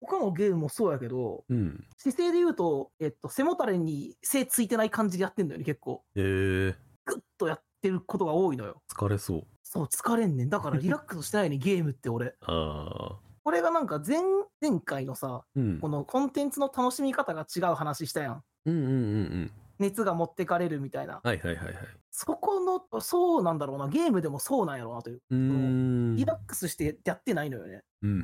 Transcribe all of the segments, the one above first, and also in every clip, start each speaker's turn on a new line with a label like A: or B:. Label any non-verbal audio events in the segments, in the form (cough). A: 他のゲームもそうやけど、
B: うん。
A: 姿勢で言うと、えっと、背もたれに背ついてない感じでやってんだよね、結構。
B: えー、
A: グッとやってることが多いのよ。
B: 疲れそう。
A: そう、疲れんねん。だからリラックスして
B: (laughs)
A: ないね、ゲームって俺。
B: ああ。
A: これがなんか前、前回のさ、
B: うん。
A: このコンテンツの楽しみ方が違う話したやん。
B: うんうんうんうん。
A: 熱が持ってかれるみたいな。
B: はいはいはいはい。
A: そこの、そうなんだろうな、ゲームでもそうなんやろうなという。
B: うーん。
A: リラックスしてやってないのよね。
B: うんうんう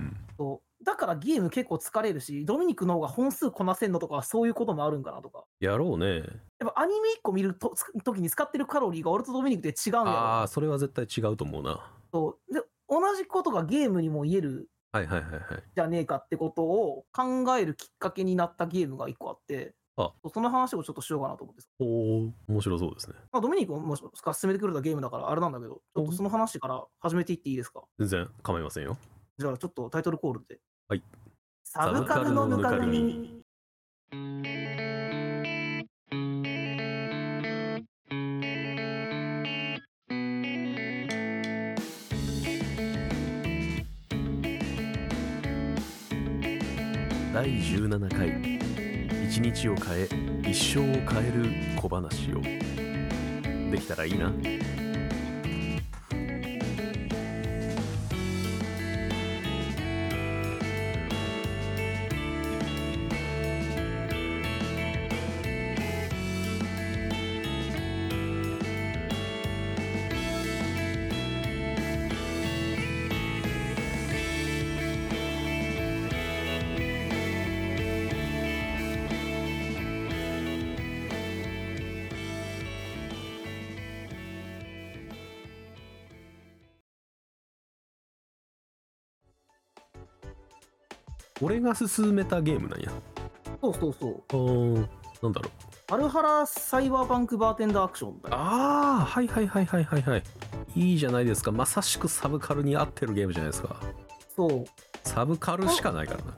B: ん
A: そうだからゲーム結構疲れるし、ドミニクの方が本数こなせんのとか、そういうこともあるんかなとか。
B: うん。やろうね。
A: やっぱアニメ1個見るとつ時に使ってるカロリーが俺とドミニクで違うんやろ
B: あ
A: な
B: あ、それは絶対違うと思うな。
A: と。で、同じことがゲームにも言える
B: はいはいはいはい。
A: じゃねえかってことを考えるきっかけになったゲームが1個あって、
B: あ
A: その話をちょっとしようかなと思ってさ。
B: おお、面白そうですね。
A: まあ、ドミニクもが進めてくれたゲームだからあれなんだけど、ちょっとその話から始めていっていいですか
B: 全然構いませんよ。
A: じゃあちょっとタイトルコールで。
B: はい。
A: サブカルのぬかるみ。
B: 第17回一日を変え一生を変える小話をできたらいいな俺が勧めたゲームなんや
A: そうそうそう。
B: あーなんだろう
A: アルハラサイバーパンクバーテンダーアクションだよ
B: ああはいはいはいはいはいはいいいじゃないですかまさしくサブカルに合ってるゲームじゃないですか
A: そう。
B: サブカルしかないからな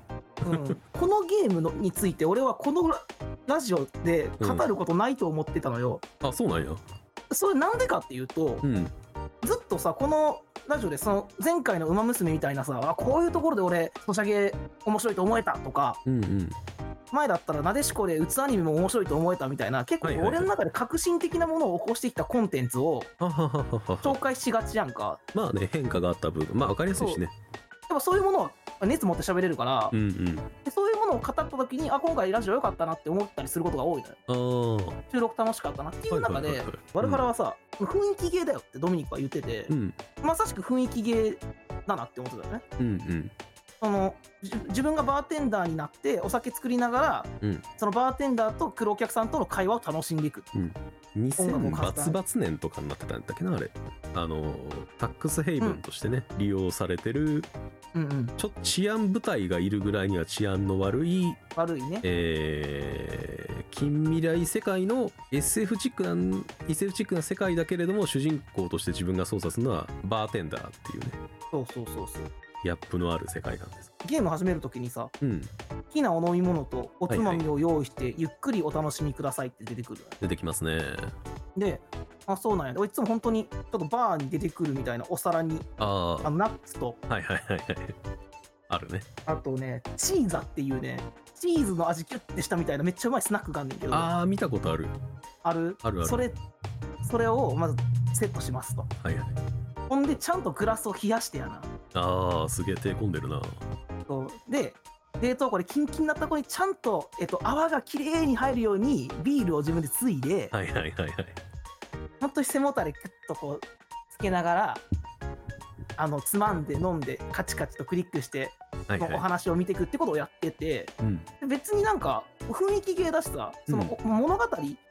A: うん、このゲームのについて俺はこのララジオで語ることないと思ってたのよ。
B: あそうなんや
A: それなんでかっていうと、
B: うん
A: ずっとさこのラジオでその前回の「ウマ娘」みたいなさあこういうところで俺ソシャゲ面白いと思えたとか
B: うんうん
A: 前だったらなでしこでうつアニメも面白いと思えたみたいな結構
B: はいはいはい
A: 俺の中で革新的なものを起こしてきたコンテンツを
B: あははははは
A: 紹介しがちやんか
B: まあね変化があった分まあ分かりやすいしね
A: やっぱそういうものは熱持って喋れるから
B: う、ん
A: でそういうものを語った時にあ今回ラジオ良かったなって思ったりすることが多いのよ
B: うんああ
A: 収録楽しかったなっていう中で我々はさ、雰囲気ゲーだよってドミニクは言ってて、
B: うん
A: まさしく雰囲気ゲーだなって思ってたよね
B: うんうん
A: そのじ自分がバーテンダーになってお酒作りながら、
B: うん
A: そのバーテンダーと来るお客さんとの会話を楽しんでいく
B: 2000バツバツ年とかになってたんだっけなあれあのタックスヘイブンとしてね、利用されてる
A: うんうん
B: ちょっと治安部隊がいるぐらいには治安の悪い、
A: 悪いね
B: えー近未来世界の SF チックな SF チックな世界だけれども主人公として自分が操作するのはバーテンダーっていうね
A: そうそうそうそう
B: ギャップのある世界観です
A: ゲーム始めるときにさ
B: うん
A: 好きなお飲み物とおつまみを用意してゆっくりお楽しみくださいって出てくるのよ、
B: 出てきますね
A: であそうなんや俺いつも本当にちょっとバーに出てくるみたいなお皿に
B: あ
A: あのナッツと
B: あはいはいはいはいあるね
A: あとねチーザっていうねチーズの味キュッてしたみたいなめっちゃうまいスナックがあんねんけど
B: ああ見たことある
A: ある
B: あるある
A: それそれをまずセットしますと
B: はいはい
A: ほんでちゃんとグラスを冷やしてやな
B: ああすげえ手込んでるな
A: そうで冷凍庫でキンキンになった子にちゃんと、えっと、泡がきれいに入るようにビールを自分でついで、
B: はいはいはいはい
A: 本当に背もたれクッとこうつけながらあのつまんで飲んでカチカチとクリックして、
B: は
A: そ
B: い
A: のお
B: は
A: 話を見ていくってことをやってて
B: い。うん。
A: で別になんか雰囲気系だしさその、物語、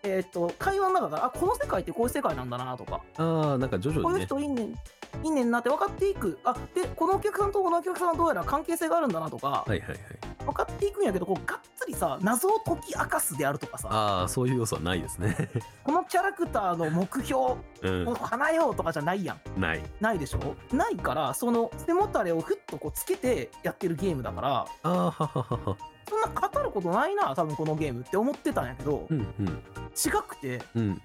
A: えっと会話の中からあこの世界ってこういう世界なんだなとか
B: ああ、なんか徐
A: こ
B: 々
A: う
B: に
A: いう
B: ね。
A: 人いいねんいいねんなって分かっていくあでこのお客さんとこのお客さんはどうやら関係性があるんだなとか、
B: はいはいはい。
A: 分かっていくんやけどこうがっつりさ謎を解き明かすであるとかさ
B: ああ、そういう要素はないですね。 (laughs)
A: このキャラクターの目標を
B: うん。
A: 叶えようとかじゃないやん
B: ない。
A: ないでしょないからその背もたれをふっとこうつけてやってるゲームだから
B: ああ、はははは。
A: そんな語ることないな多分このゲームって思ってたんやけど、
B: うんうん。
A: 違くて
B: うん。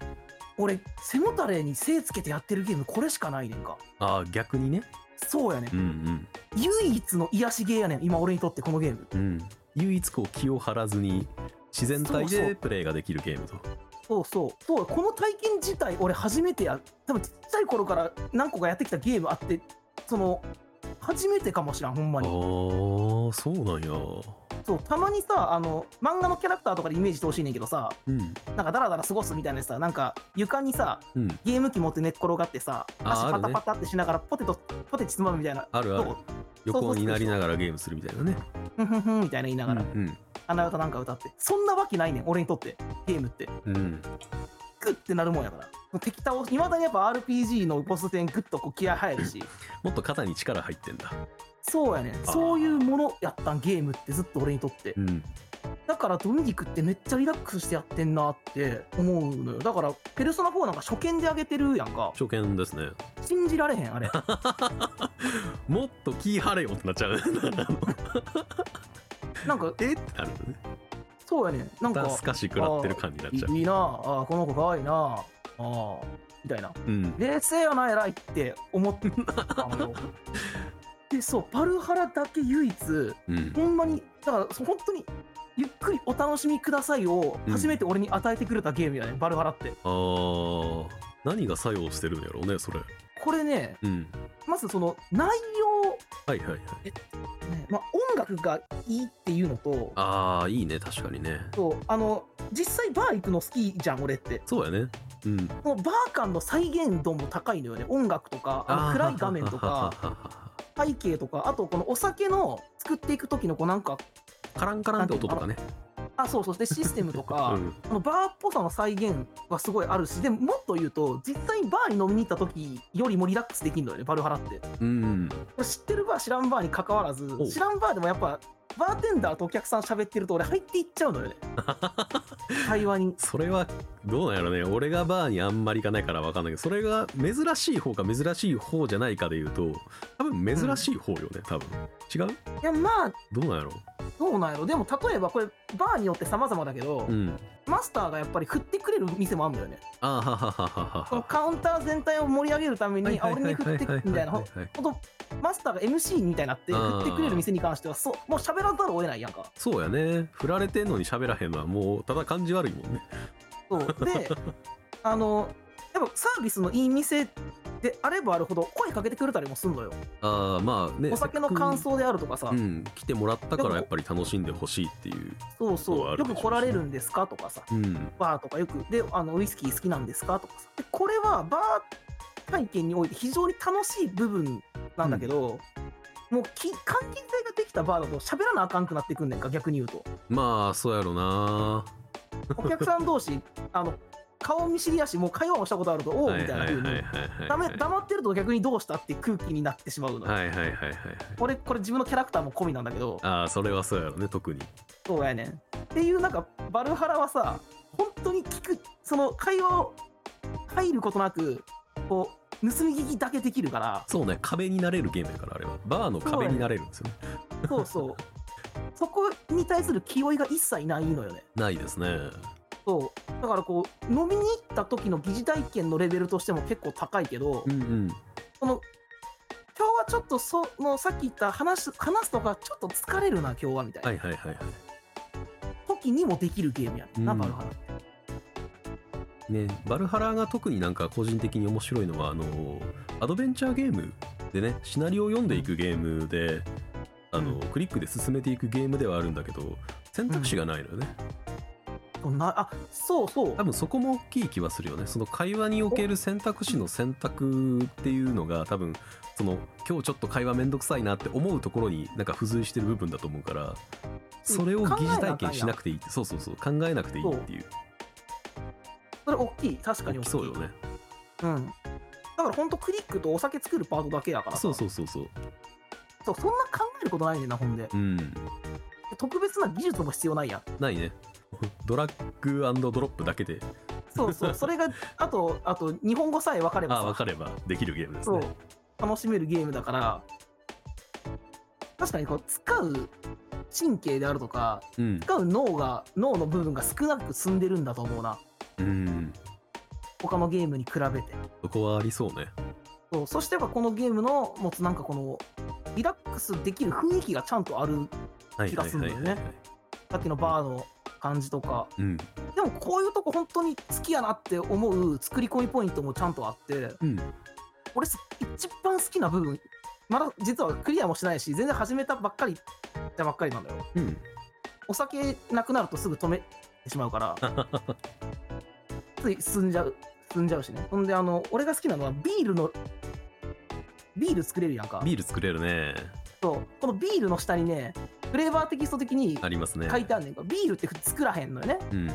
A: 俺背もたれに背つけてやってるゲームこれしかないねんか
B: ああ、逆にね。
A: そうやねん
B: う。ん
A: 唯一の癒しゲーやねん。今俺にとってこのゲーム。
B: うんうん唯一こう気を張らずに自然体
A: そうそ
B: で
A: う
B: プレイができるゲームと
A: そうそう。そう、この体験自体俺初めてや。多分ちっちゃい頃から何個かやってきたゲームあって、その、初めてかもしらん、ほんま
B: ああ
A: に。
B: ーそうなんや
A: そう、たまにさ、あの、漫画のキャラクターとかでイメージしてほしいねんけどさ、
B: うん
A: なんかダラダラ過ごすみたいなやつさ、なんか床にさ、
B: うん
A: ゲーム機持って寝っ転がってさ、
B: あ
A: 足
B: ある
A: パ
B: ね
A: タパタってしながらポテト、ポテチつまむみたいな。
B: あるあ
A: そ
B: る
A: う
B: 横になりながらゲームするみたいなね
A: ふんふんふんみたいな言いな
B: う
A: がら、
B: ん
A: 鼻歌なんか歌って。そんなわけないねん、俺にとって。ゲームって。
B: うんうん
A: グッてなるもんやから。敵倒す、いまだにやっぱ RPG のボス戦グッとこう気合入るし、
B: もっと肩に力入ってんだ
A: そうやねん。
B: ー
A: そういうものやったん、ゲームってずっと俺にとって
B: う。ん
A: だからドミニクってめっちゃリラックスしてやってんなって思うのよ。だから、ペルソナ4なんか初見であげてるやんか。
B: 初見ですね (laughs)
A: 信じられへん、あれ。
B: もっと気張れよってなっちゃう (laughs)
A: なんか、
B: えってなるよね
A: そうやねん。なんか、
B: スカシ食らってる感になっちゃう
A: いいいなああこの子可愛いなああみたいな
B: うん
A: 冷静やな偉いって思ってたのよでそうパルハラだけ唯一
B: うん
A: ほんまにだからそう本当にゆっくりお楽しみくださいを
B: うん
A: 初めて俺に与えてくれたゲームやね、バルハラって
B: あー何が作用してるんやろうねそれ
A: これね
B: うん
A: まずその内
B: はいはいはい
A: 容、ねまあ、音楽がいいっていうのと
B: ああいいね確かにね
A: そうあの実際バー行くの好きじゃん俺って
B: そうやねうん
A: そのバー感の再現度も高いのよね音楽とかあの暗い画面とか
B: か
A: 背景とかあとこのお酒の作っていく時のこうなんか
B: カランカランって音とかね
A: あそうそうでシステムとか、
B: (laughs) うん
A: このバーっぽさの再現はすごいあるしでももっと言うと実際にバーに飲みに行った時よりもリラックスできるのよねバルハラってこ
B: うん
A: れ知ってるバー知らんバーに関わらず
B: お
A: 知らんバーでもやっぱバーテンダーとお客さん喋ってると俺入っていっちゃうのよ
B: (laughs)
A: ね会話に
B: それはどうなんやろね俺がバーにあんまり行かないから分かんないけどそれが珍しい方か珍しい方じゃないかで言うと多分珍しい方よね多分違う
A: いやまあ
B: どうなんやろ
A: どうなんやろでも例えばこれバーによって様々だけど、
B: うん
A: マスターがやっぱり振ってくれる店もあるんだよね
B: あーはははは
A: その
B: は
A: カウンター全体を盛り上げるためにあ俺に振ってみたいな
B: はいはいはいはいはいはい
A: ほんとマスターが MC みたいになって
B: あー
A: 振ってくれる店に関してはそうもう喋らざるを得ないやんか
B: そうやね振られてんのに喋らへんのはもうただ感じ悪いもんね
A: そう
B: (laughs)
A: であのやっぱサービスのいい店であればあるほど声かけてくれたりもすんのよ
B: ああまあね
A: お酒の感想であるとかさ、
B: うん来てもらったからやっぱり楽しんでほしいっていう
A: そう
B: そう
A: そ
B: あ
A: う
B: る
A: よく
B: でしょうし
A: 来られるんですかとかさ
B: うん
A: バーとかよくであのウイスキー好きなんですかとかさでこれはバー体験において非常に楽しい部分なんだけど、もうき関係性ができたバーだと喋らなあかんくなってくんねんか逆に言うと
B: まあそうやろな
A: お客さん同士あの顔見知りやしもう会話もしたことあるとおうみたいな風にダメ
B: は
A: 黙ってると逆にどうしたって空気になってしまうの、
B: いはいはいはいはい
A: 俺これ自分のキャラクターも込みなんだけど
B: ああそれはそうやろね特に
A: そうやねんっていうなんかバルハラはさ本当に聞くその会話を入ることなくこう盗み聞きだけできるから
B: そうね壁になれるゲームやからあれはバーの壁になれるんですよね
A: そう (laughs) そうそこに対する気負いが一切ないのよね
B: ないですね
A: そうだからこう飲みに行った時の疑似体験のレベルとしても結構高いけど、
B: うんうん
A: その今日はちょっとそのさっき言った話す話すとかちょっと疲れるな今日はみたいな、
B: はいはいはいは
A: 時にもできるゲームやねんな
B: うん
A: バルハラ
B: いねバルハラが特になんか個人的に面白いのはあのアドベンチャーゲームでねシナリオを読んでいくゲームであの、
A: うん
B: クリックで進めていくゲームではあるんだけど選択肢がないのよね、
A: そんなあそうそう
B: 多分そこも大きい気はするよねその会話における選択肢の選択っていうのが多分その今日ちょっと会話めんどくさいなって思うところになんか付随してる部分だと思うからそれを疑似体験しなくていいってそうそうそう考えなくていいっていう
A: それ大きい確かに
B: 大
A: 大
B: き
A: きい
B: そうよね
A: うんだからほんとクリックとお酒作るパートだけやから
B: そう
A: う
B: そうそうそう
A: そうそんな考えることないねんなほんで
B: うん
A: 特別な技術も必要ないやん
B: ないね (laughs) ドラッグドロップだけで
A: そうそう
B: (laughs)
A: それがあとあと日本語さえ分かれば
B: あ
A: さ
B: 分かればできるゲームです
A: そう
B: ね
A: 楽しめるゲームだから確かにこう使う神経であるとか
B: うん
A: 使う脳が脳の部分が少なく済んでるんだと思うな
B: うん
A: 他のゲームに比べて
B: そこはありそうね
A: そうそしてやっぱこのゲームの持つなんかこのリラックスできる雰囲気がちゃんとある
B: はい
A: 気が
B: はい
A: するん
B: は
A: だよ
B: いは
A: ね
B: いはい
A: さっきのバーの感じとか
B: うん
A: でもこういうとこ本当に好きやなって思う作り込みポイントもちゃんとあって
B: うん
A: 俺す一番好きな部分まだ実はクリアもしないし全然始めたばっかりじゃばっかりなんだよ
B: うん
A: お酒なくなるとすぐ止めてしまうから
B: (laughs)
A: つい進んじゃう進んじゃうしねほんであの俺が好きなのはビールのビール作れるやんか
B: ビール作れるね
A: そうこのビールの下にねフレーバーテキスト的に
B: ありますね
A: 書いてあるねんかビールって作らへんのよね
B: うん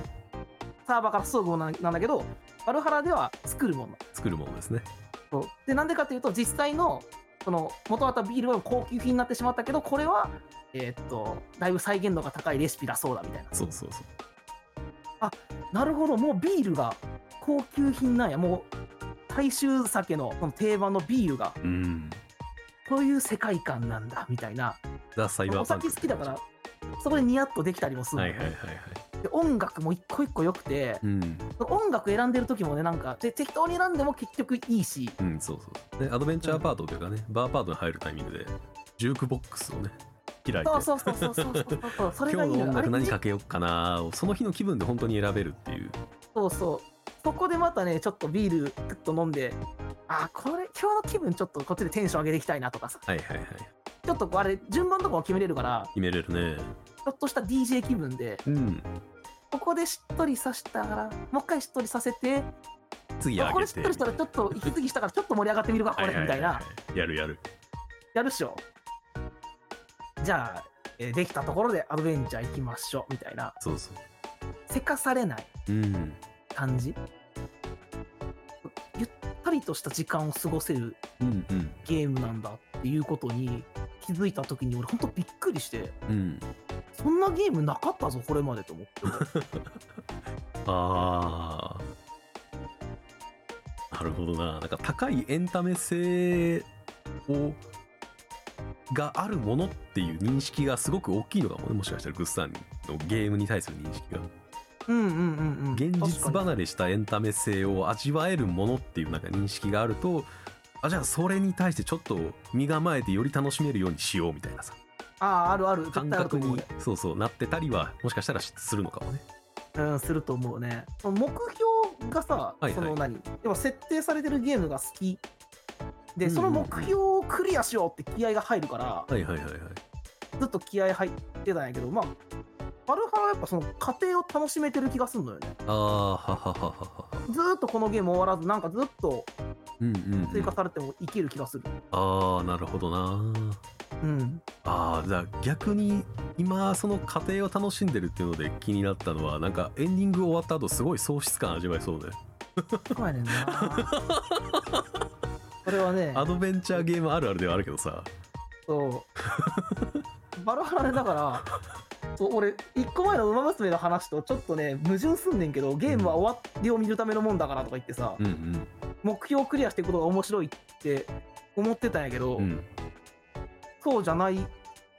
A: サーバーから注ぐものなんだけどバルハラでは作るもの
B: 作るものですね
A: そうでなんでかというと実際のその元々あったビールは高級品になってしまったけどこれはえーっとだいぶ再現度が高いレシピだそうだみたいな
B: そうそうそう
A: なるほどもうビールが高級品なんやもう大衆酒のこの定番のビールが
B: うん
A: そういう世界観なんだみたいな
B: ザ・サイバ
A: お
B: ーパンク
A: 酒好きだからそこでニヤッとできたりもする
B: は
A: の
B: い
A: よ
B: はいはいはい
A: で音楽も一個一個良くて、
B: うん
A: 音楽選んでる時もねなんかで適当に選んでも結局いいし
B: うん、そうそう。ね、アドベンチャーパートというかね、バーパートに入るタイミングで、ジュークボックスをね、開いて
A: そ、うそうそうそうそうそうそうそれ
B: (laughs)
A: が
B: 今
A: い
B: 日
A: い
B: の
A: の
B: 音
A: よあれ
B: 楽何
A: に
B: かけようかなを、その日の気分で本当に選べるっていう。
A: そうそうそこでまたねちょっとビールグッと飲んであーこれ今日の気分ちょっとこっちでテンション上げていきたいなとかさ
B: はいはいはい。
A: ちょっとこうあれ順番とかも決めれるから
B: 決めれるね。
A: ちょっとした DJ 気分で
B: うん。
A: ここでしっとりさしたからもう一回しっとりさせて
B: 次
A: あ
B: 上
A: これ
B: げ。
A: しってとりしたらちょっと息継ぎしたからちょっと盛り上がってみるかこ
B: は
A: れ
B: いは
A: み
B: いは
A: た
B: い
A: い
B: は。
A: ない
B: やるやる。
A: やるっしょじゃあ、えーできたところでアドベンチャー行きましょうみたいな
B: そうそ。
A: せかされないう
B: うん。
A: 感じゆったりとした時間を過ごせる
B: うんうん。
A: ゲームなんだっていうことに気づいた時に俺ほんとびっくりして
B: うん。
A: そんなゲームなかったぞこれまでと思って
B: ああ。なるほどな。なんか高いエンタメ性を、があるものっていう認識がすごく大きいのかもね。もしかしたらグッサンのゲームに対する認識が。
A: うんうんうんうん
B: 現実
A: 確かに
B: 離れしたエンタメ性を味わえるものっていうなんか認識があると、あ、じゃあそれに対してちょっと身構えてより楽しめるようにしようみたいなさ、
A: あああるある絶
B: 感
A: 対あると
B: 覚
A: 思う
B: に
A: ね、
B: そうそう、なってたりは、もしかしたらするのかもね。
A: うん、すると思うね目標がさ、
B: はいはい
A: その何要は設定されてるゲームが好きで、
B: うんうん
A: その目標をクリアしようって気合が入るから
B: はいはいはいはい。
A: ずっと気合入ってたんやけどまあバルハラはやっぱその過程を楽しめてる気がするのよね
B: ああ、ははははは。
A: ずーっとこのゲーム終わらずなんかずっと
B: うんうん、う
A: 追
B: ん
A: 加。されてもいける気がする
B: ああなるほどな
A: うん
B: ああじゃあ逆に今その過程を楽しんでるっていうので気になったのはなんかエンディング終わった後すごい喪失感味わえそうで
A: そうやねん
B: (laughs)
A: なこれはね
B: アドベンチャーゲームあるあるではあるけどさ
A: そうバルハラでだからそう俺一個前の「ウマ娘」の話とちょっとね矛盾すんねんけどゲームは終わりを見るためのもんだからとか言ってさ、
B: うんうん
A: 目標をクリアしていくことが面白いって思ってたんやけど、
B: うん
A: そうじゃない
B: い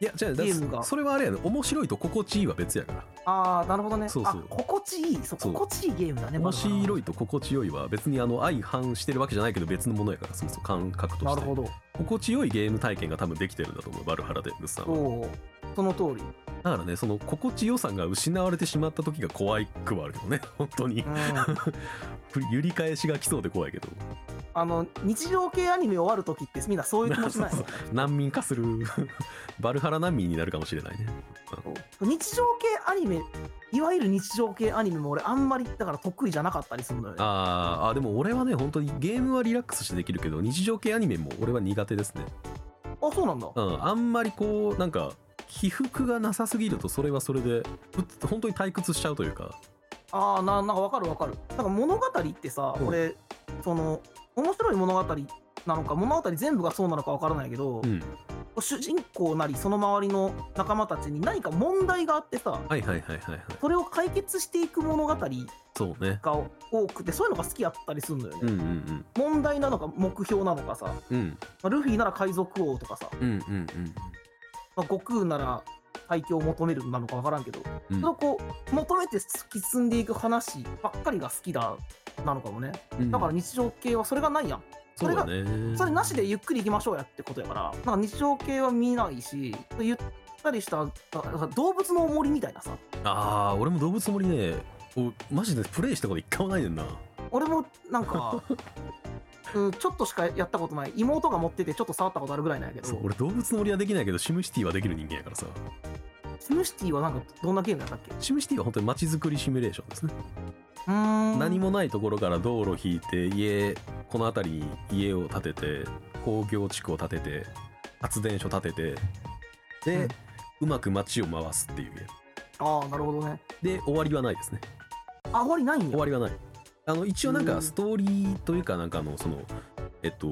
B: やじゃあだ
A: ゲームが
B: それはあれやね面白いと心地いいは別やから
A: ああなるほどね
B: そうそう
A: あ心地いいそう
B: そう
A: 心地いいゲームだね
B: 面白
A: い
B: いと心地よいは別にあの相反してるわけじゃないけど別のものやからそもそも感覚と
A: な
B: し
A: る
B: て
A: ほど
B: 心地よいゲーム体験が多分できてるんだと思うバルハラでグッさんは
A: そうその通り
B: だからねその心地よさが失われてしまった時が怖いくはあるけどね本当に
A: うん
B: (laughs) 揺り返しが来そうで怖いけど
A: あの日常系アニメ終わる時ってみんなそういう気持ちない
B: そう難民化する (laughs) バルハラ難民になるかもしれないね
A: 日常系アニメいわゆる日常系アニメも俺あんまりだから得意じゃなかったりするのよね
B: あーあでも俺はね本当にゲームはリラックスしてできるけど日常系アニメも俺は苦手ですね
A: あそうなんだ
B: うんあんまりこうなんか起伏がなさすぎるとそれはそれでう本当に退屈しちゃうというか
A: ああななんかわかるわかるなんか物語ってさ、
B: うん
A: 俺その面白い物語なのか物語全部がそうなのかわからないけど、
B: うん
A: 主人公なりその周りの仲間たちに何か問題があってさ
B: はいはいはいはいはい
A: それを解決していく物語が
B: そうね
A: 多くてそういうのが好きやったりするのよ
B: うん
A: ね、
B: うんうん
A: 問題なのか目標なのかさま
B: うん
A: あルフィなら海賊王とかさ
B: うんうんうん
A: まあ、悟空なら最強を求めるなのか分からんけど、
B: うん
A: それをこう求めて突き進んでいく話ばっかりが好きだなのかもね
B: うん
A: だから日常系はそれがないやん、そ
B: そう
A: れ
B: だ
A: が
B: ね
A: それなしでゆっくり行きましょうやってことやからなんか日常系は見ないしゆったりしたあ動物の森みたいなさ
B: ああ俺も動物の森ねおマジでプレイしたこと一回もないねんな
A: 俺もなんか、うん、ちょっとしかやったことない妹が持っててちょっと触ったことあるぐらいなんやけど
B: そう俺動物の森はできないけどシムシティはできる人間やからさ
A: シムシティはなんかどんなゲームやったっけ
B: シムシティは本当に街づくりシミュレーションですね、
A: うーん
B: 何もないところから道路引いて家この辺りに家を建てて工業地区を建てて発電所建ててで、う
A: うん
B: まく街を回すっていうゲーム
A: ああなるほどね
B: で終わりはないですね
A: あ終わりないん
B: 終
A: や
B: わりはないあの一応なん
A: う
B: か
A: ん
B: ストーリーというかなんかあのそのえっと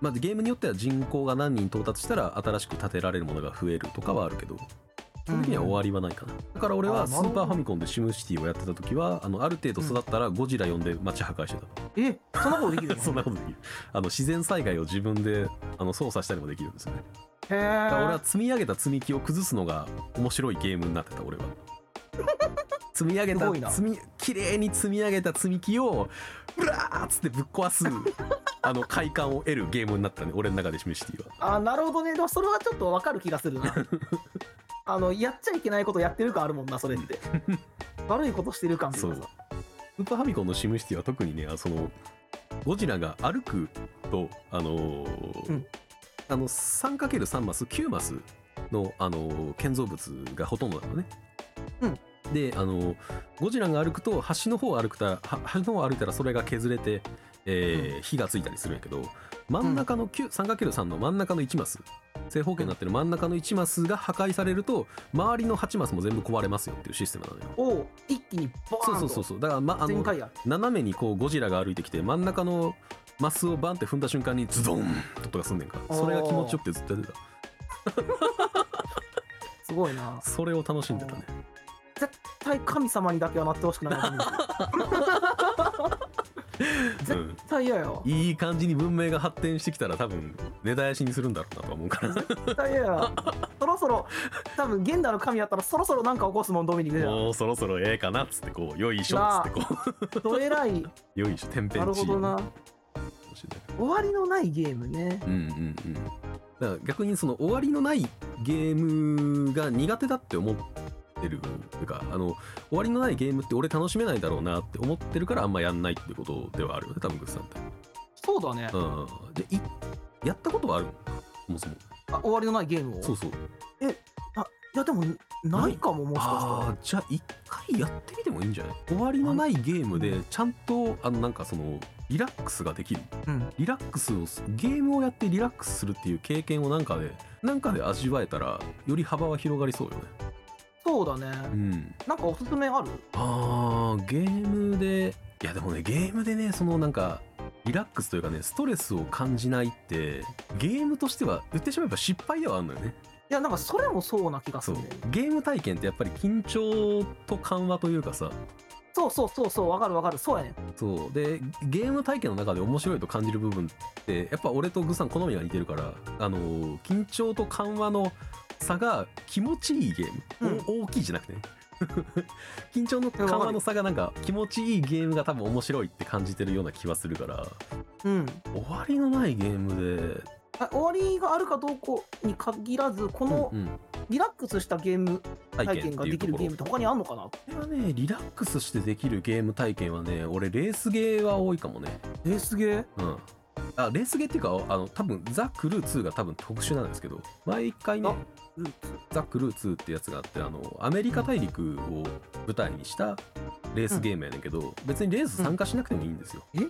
B: まあ、ゲームによっては人口が何人到達したら新しく建てられるものが増えるとかはあるけど基本的には終わりはないかな、だから俺は
A: あ
B: ス
A: なるほど
B: ーパーファミコンでシムシティをやってた時はあのある程度育ったらゴジラ呼んで街破壊してた、
A: えそんなことできるの
B: (laughs) そんなことできるあの自然災害を自分であの操作したりもできるんですよね
A: へえ
B: だから俺は積み上げた積み木を崩すのが面白いゲームになってた俺
A: (laughs)
B: は積み上げ
A: すごい
B: た
A: な
B: 積み綺麗に積み上げた積み木をうらーっつってぶっ壊すあの快感を得るゲームになったね俺の中でシムシティは
A: あなるほどねでもそれはちょっとわかる気がする
B: (laughs)
A: なあのやっちゃいけないことやってる感あるもんなそれって悪いことしてる感ってい
B: そうう
A: かさ
B: スーパーファミコンのシムシティは特にねあそのゴジラが歩くとあのー
A: うん
B: あの 3×3 マス9マスの、あのー建造物がほとんどなのね。
A: うん
B: であのーゴジラが歩くと端の方を歩くたは端の方を歩いたらそれが削れて、えー火がついたりするんやけど真ん中の9 3×3 の真ん中の1マス正方形になってる真ん中の1マスが破壊されると周りの8マスも全部壊れますよっていうシステムなのよ。
A: を一気にボ
B: そ
A: ー
B: う
A: ン
B: そ
A: と
B: うそうそうだから、ま、あの
A: 全開や
B: 斜めにこうゴジラが歩いてきて真ん中のマスをバンって踏んだ瞬間にズドンと音がすんねんか
A: おー
B: それが気持ちよくてずっとやってた
A: すごいな
B: それを楽しんでたね
A: 絶対神様にだけはなってほしくないな
B: う
A: 絶
B: ん
A: 対嫌よ
B: いい感じに文明が発展してきたら多分根絶やしにするんだろうなとは思
A: (laughs)
B: うから
A: 絶対嫌よそろそろ多分現代の神やったらそろそろなんか起こすもんドミニクじゃん
B: もうそろそろええかなっつってこうよいしょっつってこ
A: どえら
B: (laughs)
A: い
B: うよいしょ天
A: な
B: 変
A: る
B: 地
A: ほ
B: 異
A: どな
B: かもしれない
A: 終わりのないゲームね
B: うんうんうんだから逆にその終わりのないゲームが苦手だって思ってるというかあの終わりのないゲームって俺楽しめないだろうなって思ってるからあんまやんないってことではあるよね多分グッズさんって
A: そうだね
B: うんでいやったことはあるのそもそも
A: あ終わりのないゲームを
B: そうそう
A: いやでもないかももしかしたら
B: ああーじゃあ一回やってみてもいいんじゃない終わりのないゲームでちゃんとあのなんかそのリラックスができる
A: うん、
B: リラックスをすゲームをやってリラックスするっていう経験をなんかでなんかで味わえたらより幅は広がりそうよね
A: そうだね、
B: うん
A: なんかおすすめある
B: あーゲームでいやでもねゲームでねそのなんかリラックスというかねストレスを感じないってゲームとしては言ってしまえば失敗ではあるのよね
A: いやなんかそれもそうな気がす
B: そう
A: るんだよね
B: ゲーム体験ってやっぱり緊張と緩和というかさ
A: そうそうそうそうわかるわかるそうやね
B: そうでゲーム体験の中で面白いと感じる部分ってやっぱ俺とグさん好みが似てるからあのー緊張と緩和の差が気持ちいいゲーム、お大きいじゃなくてね (laughs) 緊張の緩和の差がなんか気持ちいいゲームが多分面白いって感じてるような気はするから
A: うん
B: 終わりのないゲームで
A: あ終わりがあるかどうかに限らずこの
B: うんうん
A: リラックスしたゲーム体験が
B: って
A: で
B: い
A: き
B: うとこ
A: る
B: ろ
A: ゲームって他にあんのかな
B: これはねリラックスしてできるゲーム体験はね俺レースゲーは多いかもね
A: えー、すげえ
B: うん、あレースゲーっていうかあの多分ザ・クルー2が多分特殊なんですけど毎回ね
A: あうん
B: ザ・クルー2ってやつがあってあのアメリカ大陸を舞台にしたレースゲームやねんけど、別にレース参加しなくてもいいんですよ。
A: うんえ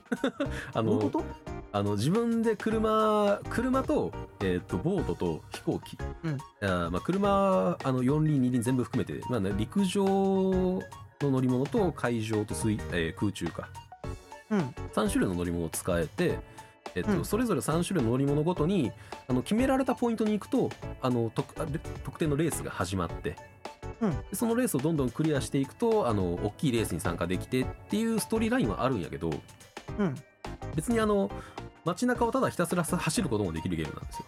B: (laughs) あ
A: どういうこと
B: のあの自分で車車と,、えー、とボートと飛行機、
A: うん
B: あーまあ、車あの4輪2輪全部含めて、まあね、陸上の乗り物と海上と水、えー空中か
A: うん
B: 3種類の乗り物を使えて、えっと
A: うん
B: それぞれ3種類の乗り物ごとにあの決められたポイントに行くとあの特で特定のレースが始まって、
A: うん
B: でそのレースをどんどんクリアしていくとあの大きいレースに参加できてっていうストーリーラインはあるんやけど
A: うん
B: 別にあの街中をただひたすら走ることもできるゲームなんですよ。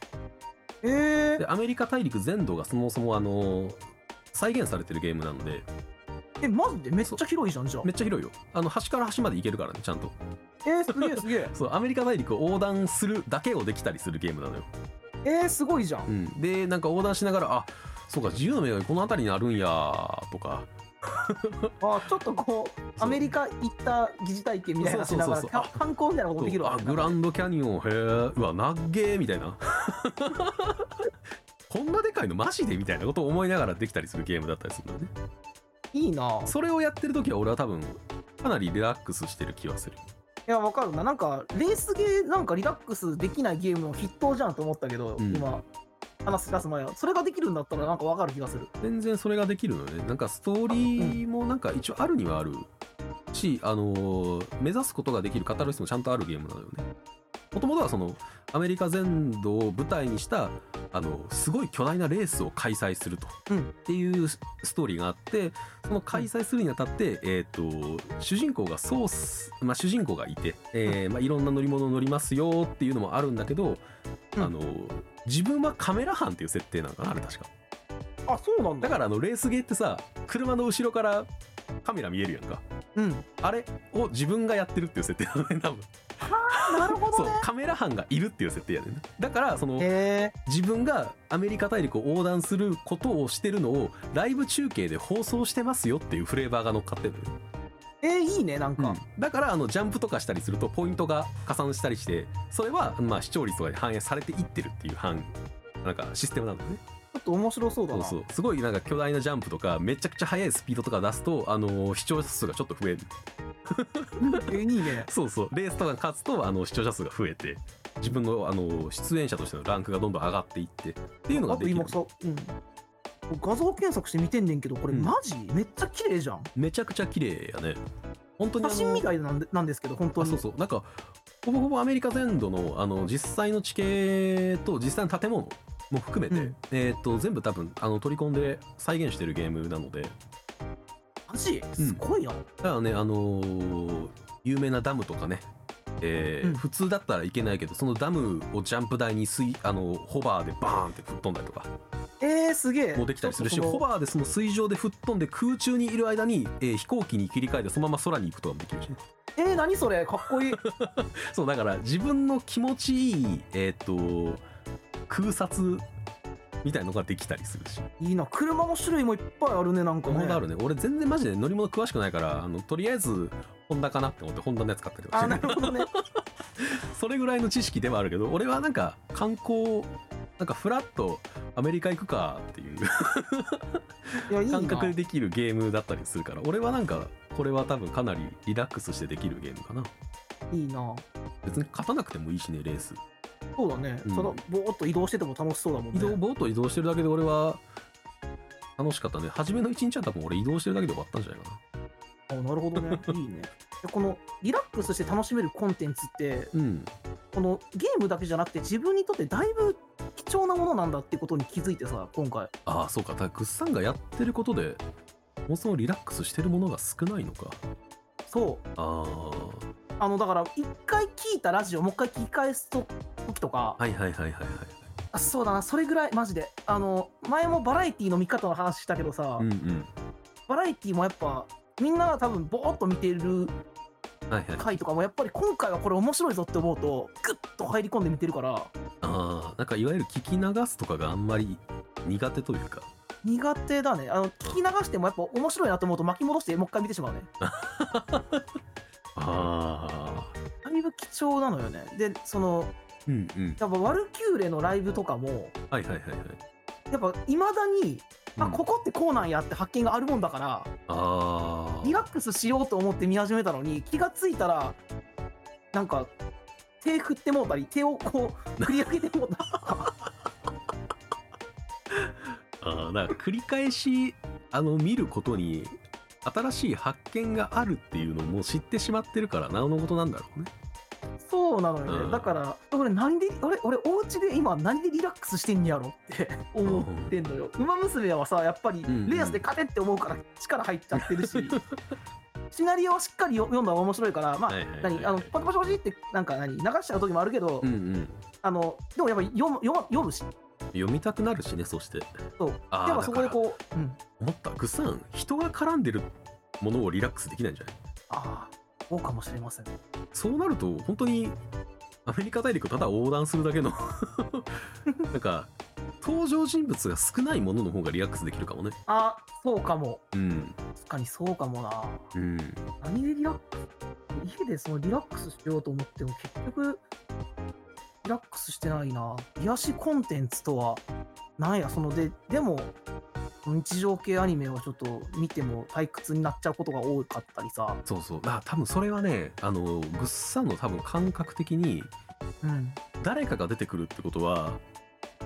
A: え
B: で
A: ー、
B: アメリカ大陸全土がそもそもあの再現されてるゲームなので
A: えマジでめっちゃ広いじゃんじゃあ
B: めっちゃ広いよあの端から端まで行けるからねちゃんと
A: えー、すげえすげえ。
B: そうアメリカ大陸を横断するだけをできたりするゲームなのよ、
A: えー、すごいじゃん。
B: うん、でなんか横断しながらあそうか自由の女神この辺りにあるんやとか
A: あちょっとこう、アメリカ行った疑似体験みたいなのしながら、
B: そうそうそうそう
A: か観光みたいなことできるわ
B: あ
A: けだ
B: グランドキャニオンへえうわなっげーみたいな (laughs) こんなでかいのマジでみたいなことを思いながらできたりするゲームだったりするのね
A: いいな。
B: それをやってる時は俺は多分かなりリラックスしてる気はする
A: いや、わかるな。なんか、レースゲー、なんかリラックスできないゲームの筆頭じゃんと思ったけど、
B: うん
A: 今、話し出す前は。それができるんだったら、なんかわかる気がする。
B: 全然それができるのねなんかストーリーもなんか一応あるにはあるし、あのー目指すことができるカタルシスもちゃんとあるゲームなのよねもともとはそのアメリカ全土を舞台にしたあのすごい巨大なレースを開催すると、
A: うん
B: っていうストーリーがあってその開催するにあたって、えー、と主人公がソース、まあ、主人公がいて、えーまあ、いろんな乗り物を乗りますよっていうのもあるんだけど、
A: うん
B: あの自分はカメラ班っていう設定なのかなあれ確か。
A: あ、そうなんだ。
B: だからあのレースゲーってさ車の後ろからカメラ見えるやんか
A: うん。
B: あれを自分がやってるっていう設定なのね多分
A: なるほ
B: そ
A: ど
B: う
A: ね。
B: カメラ班がいるっていう設定やねんねだからその
A: へえ。
B: 自分がアメリカ大陸を横断することをしてるのをライブ中継で放送してますよっていうフレーバーが乗っかってるのよ
A: えー、いいね、なんか。
B: だからあのジャンプとかしたりするとポイントが加算したりしてそれはまあ視聴率とかに反映されていってるっていう反なんかシステムなんだね
A: ちょっと面白そうだ
B: そう
A: な。
B: そうすごいなんか巨大なジャンプとかめちゃくちゃ速いスピードとか出すと、あのー視聴者数がちょっと増える
A: (laughs) えーいいね。
B: そうそうレースとかに勝つと、あの視聴者数が増えて自分の、あのー出演者としてのランクがどんどん上がっていってっていうのが
A: あと
B: できる
A: 今さ、うん。画像検索して見てんねんけど、これ
B: うん
A: マジ、めっちゃ綺麗じゃん。
B: めちゃくちゃ綺麗やね本当にあ
A: 写
B: の
A: 真みたいなんでなんですけど、本当
B: あ
A: に。
B: そうそうなんかほぼほぼアメリカ全土のあの実際の地形と実際の建物も含めて、
A: うん
B: えー、と全部多分あの取り込んで再現してるゲームなので
A: マジすごいな。
B: ただね、あのー有名なダムとかね、えー
A: うん
B: 普通だったらいけないけどそのダムをジャンプ台に水、あのーホバーでバーンって吹っ飛んだりとか
A: えー、すげえ。
B: もできたりするし
A: ちょっと
B: ホ
A: その
B: バーでその水上で吹っ飛んで空中にいる間に、えー飛行機に切り替えてそのまま空に行くことがで
A: (laughs)
B: きるしね
A: えー、何それかっこいい。
B: そうだから自分の気持ちいい、えー、と空撮みたいのができたりするし
A: いいな。車の種類もいっぱいあるね、なんか
B: この
A: ね。
B: あるね俺全然マジで乗り物詳しくないからあのとりあえずホンダかなって思ってホンダのやつ買ったりとかし
A: あ、
B: て
A: な
B: ね
A: るほどね。
B: それぐらいの知識ではあるけど俺はなんか観光なんかフラッとアメリカ行くかっていう
A: いや、いいな。
B: 感覚でできるゲームだったりするから俺はなんかこれは多分かなりリラックスしてできるゲームかない
A: いな。
B: 別に勝たなくてもいいしねレース
A: そうだね。
B: うん
A: そのぼーっと移動してても楽しそうだもんね。
B: 移動ボート移動してるだけで俺は楽しかったね初めの一日は多分俺移動してるだけで終わったんじゃないかな
A: あなるほどね。いいね。でこのリラックスして楽しめるコンテンツって、
B: うん
A: このゲームだけじゃなくて、自分にとってだいぶ貴重なものなんだってことに気づいてさ、今回。
B: ああそうかだからグッさんがやってることでそもそもリラックスしてるものが少ないのか
A: そう。
B: あ
A: あの、だから、一回聞いたラジオ、もう一回聞き返すと時とか
B: あ、はいはいはいはいはい
A: あそうだな、それぐらい、マジで。あの、前もバラエティの見方の話したけどさ、
B: うんうん
A: バラエティもやっぱ、みんなが多分、ぼーっと見てる
B: はいはい
A: 回とかも、やっぱり今回はこれ面白いぞって思うと、ぐっと入り込んで見てるから、
B: ああなんかいわゆる聞き流すとかがあんまり苦手というか
A: 苦手だねあの聞き流してもやっぱ面白いなと思うと巻き戻してもう一回見てしまうね
B: ああ
A: だいぶ貴重なのよねでその
B: うんうん
A: やっぱワルキューレのライブとかも
B: はいはいはいはい、
A: やっぱいまだに、
B: うん
A: あここってこうなんやって発見があるもんだから
B: あ
A: リラックスしようと思って見始めたのに気がついたらなんか手振ってもうたり手をこ
B: (laughs)
A: う振り上げてもうたり
B: あああだから繰り返しあの見ることに新しい発見があるっていうのをもう知ってしまってるからなおのことなんだろうね
A: そうなのよね、
B: うん
A: だから俺何で俺俺お家で今何でリラックスしてんやろって思ってんのよ、馬娘はさやっぱり
B: んうん
A: レースで勝てって思うから力入っちゃってる
B: (laughs)
A: しシナリオはしっかりよ読んだ方が面白いからまあ、
B: はいはいはいはい
A: 何あのパチパチパチってなんか何流しちゃう時もあるけど、
B: うんうん
A: あのでもやっぱり読む読む読むし
B: 読みたくなるしねそして
A: そう
B: あー
A: やっぱそこで
B: だから
A: こう、うん、
B: 思ったぐっさん人が絡んでるものをリラックスできないんじゃない
A: ああそうかもしれません。
B: そうなると本当にアメリカ大陸をただ横断するだけの (laughs) なんか登場人物が少ないものの方がリラックスできるかもね
A: あ、そうかも。
B: うん
A: 確かにそうかもな。
B: うん
A: 何でリラックス家でそのリラックスしようと思っても結局、リラックスしてないな。癒しコンテンツとは、なんや、そので、でも、日常系アニメはちょっと見ても退屈になっちゃうことが多かったりさ。
B: そうそうあ多分それはねあのぐっさんの多分感覚的に
A: うん。
B: 誰かが出てくるってことは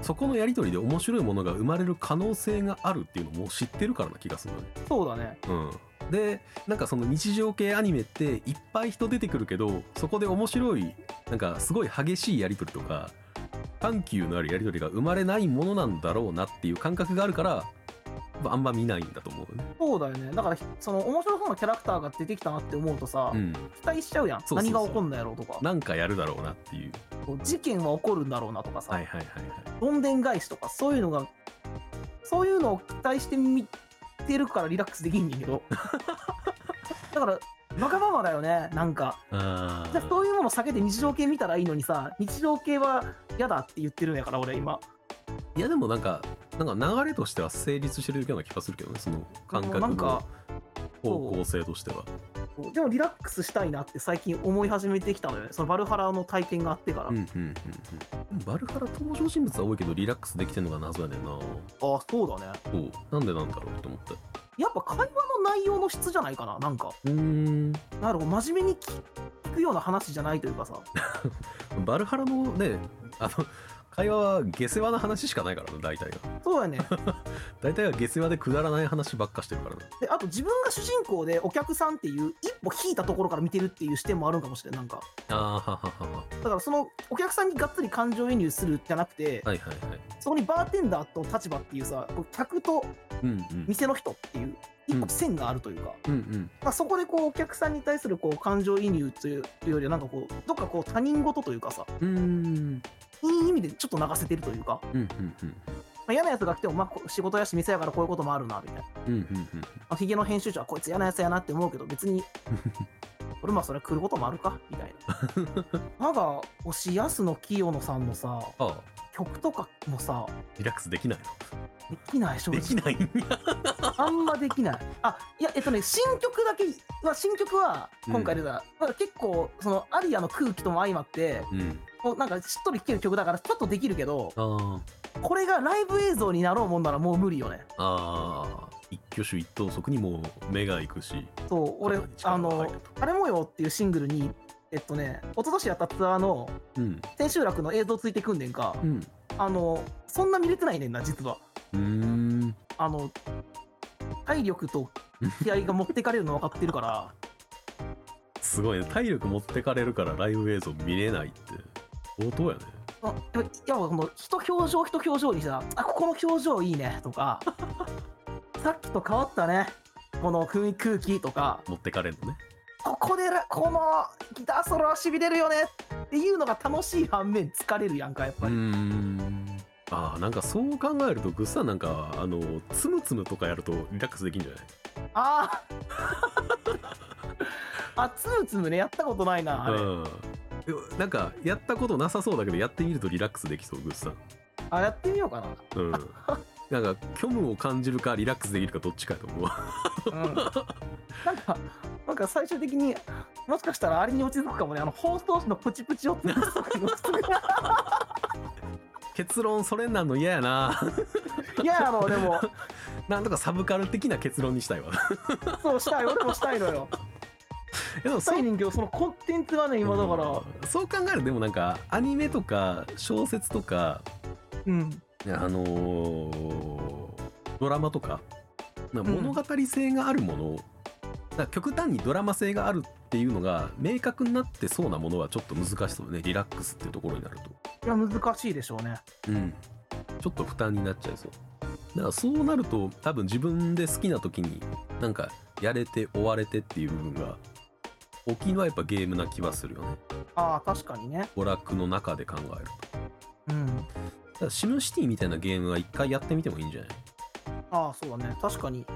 B: そこのやり取りで面白いものが生まれる可能性があるっていうのも知ってるからな気がするのね。
A: そうだね。
B: うん、でなんかその日常系アニメっていっぱい人出てくるけどそこで面白いなんかすごい激しいやり取りとか緩急のあるやり取りが生まれないものなんだろうなっていう感覚があるからやっぱあんま見ないんだと思うね。
A: そうだよね。だから、その面白そうなキャラクターが出てきたなって思うとさ、
B: うん、
A: 期待しちゃうやん。
B: そうそうそ
A: 何
B: う
A: が起こるんだやろうとか、
B: なんかやるだろうなっていう。
A: こう事件は起こるんだろうなとかさ、
B: はいはいはいはい。
A: どんでん返しとか、そういうのが、そういうのを期待して見てるからリラックスできんねん
B: (laughs)
A: けど。だから、バカバカだよね、なんか。
B: あ
A: じゃあ
B: ー
A: そういうもの避けて日常系見たらいいのにさ、日常系は嫌だって言ってるんやから、俺今。
B: いやでもなんかなんか流れとしては成立してるような気がするけどねその感覚
A: なん
B: の
A: か
B: 方向性としては。
A: でもリラックスしたいなって最近思い始めてきたのよね。そのバルハラの体験があってから。
B: うんうんうんうん、バルハラ登場人物は多いけどリラックスできてるのが謎やねんな
A: ああ、そうだね。
B: そうなんでなんだろうって思った
A: やっぱ会話の内容の質じゃないかな、なんか。
B: うー
A: なるほど、真面目に聞聞くような話じゃないというか
B: (laughs)
A: さ。
B: んバルハラのねあの会話は下世話な話しかないからな大体が
A: そうやね。
B: 大体は下世話でくだらない話ばっかしてるからな
A: で、あと自分が主人公でお客さんっていう一歩引いたところから見てるっていう視点もあるんかもしれない。なんか。
B: あはははは
A: だからそのお客さんにがっつり感情移入するじゃなくて、
B: はいはいはい
A: そこにバーテンダーと立場っていうさ、こう客と
B: うんうん
A: 店の人っていう一
B: う
A: 個
B: ん
A: 線があるというか、
B: うんうん
A: まあ、そこでこうお客さんに対するこう感情移入というよりはなんかこう、どっかこう他人事というかさ、
B: うーん
A: いい意味でちょっと流せてるというか、
B: うんうんうん
A: まあ、嫌なやつが来ても、まあこう仕事やし店やからこういうこともあるな、みたいな。
B: うんうんうん
A: あヒゲの編集長はこいつ嫌なやつやなって思うけど別に俺まあそれは来ることもあるかみたい
B: (laughs)
A: ななんか推し安野清野さんのさ
B: ああ
A: 曲とかもさ
B: リラックスできない
A: できない正
B: のでき
A: 直
B: ないんや
A: あんまできないあいやえっとね新曲だけは新曲は今回出た、なんか結構そのアリアの空気とも相まって
B: うん
A: こうなんかしっとり聴ける曲だからちょっとできるけど
B: あー
A: これがライブ映像になろうもんならもう無理よね
B: あー一挙手一投足にもう目がいくし
A: そう俺
B: 肩に力
A: あ
B: が
A: の
B: 入る
A: 「
B: と
A: あれもよ」っていうシングルにえっとね一昨年やったツアーの
B: うん
A: 千秋楽の映像ついてくんねんか、
B: うん
A: あのそんな見れてないねんな実は
B: うーん
A: あの体力と気合が持ってかれるの分かってるから
B: (laughs) すごいね体力持ってかれるからライブ映像見れないって相当やね
A: あやっぱいやこの人表情人表情にさあここの表情いいねと
B: (laughs)
A: かさっきと変わったねこの雰囲気空気とか
B: 持ってかれるのね
A: ここでらこのギターソロはしびれるよねっていうのが楽しい反面疲れるやんかやっぱり、
B: んあーなんかそう考えるとぐっさんなんかあのつむつむとかやるとリラックスできんじゃない
A: あ (laughs) ああつむつむねやったことないなあれ、
B: うんでもなんかやったことなさそうだけどやってみるとリラックスできそうぐっさん
A: あやってみようかな
B: うん
A: (laughs)
B: なんか虚無を感じるかリラックスできるかどっちかやと思う (laughs) わ
A: うんなんか、なんか最終的に、もしかしたらあれに落ち着くかもね、あの放送紙のプチプチを潰す時に落ち着く。
B: 結論それなんの嫌やな
A: (laughs)
B: い (laughs)
A: や、あの、でも、
B: なんとかサブカル的な結論にしたいわ (laughs)
A: そうしたい、俺もしたいのよ。
B: でも
A: し
B: そう
A: たいねんけど、そのコンテンツがね、今だから、
B: うんそう考えるとでもなんかアニメとか小説とか
A: うん、
B: あのードラマとかまあ
A: うん
B: 物語性があるもの、だから極端にドラマ性があるっていうのが明確になってそうなものはちょっと難しそうねリラックスっていうところになる
A: いや、難しいでしょうね。
B: と、ちょっと負担になっちゃいそうだからそうなると多分自分で好きな時になんかやれて追われてっていう部分が大きいのはやっぱゲームな気はするよね
A: ああ、確かにね。
B: 娯楽の中で考えると
A: うん。
B: だからシムシティみたいなゲームは一回やってみてもいいんじゃない
A: ああ、そうだね。確かに。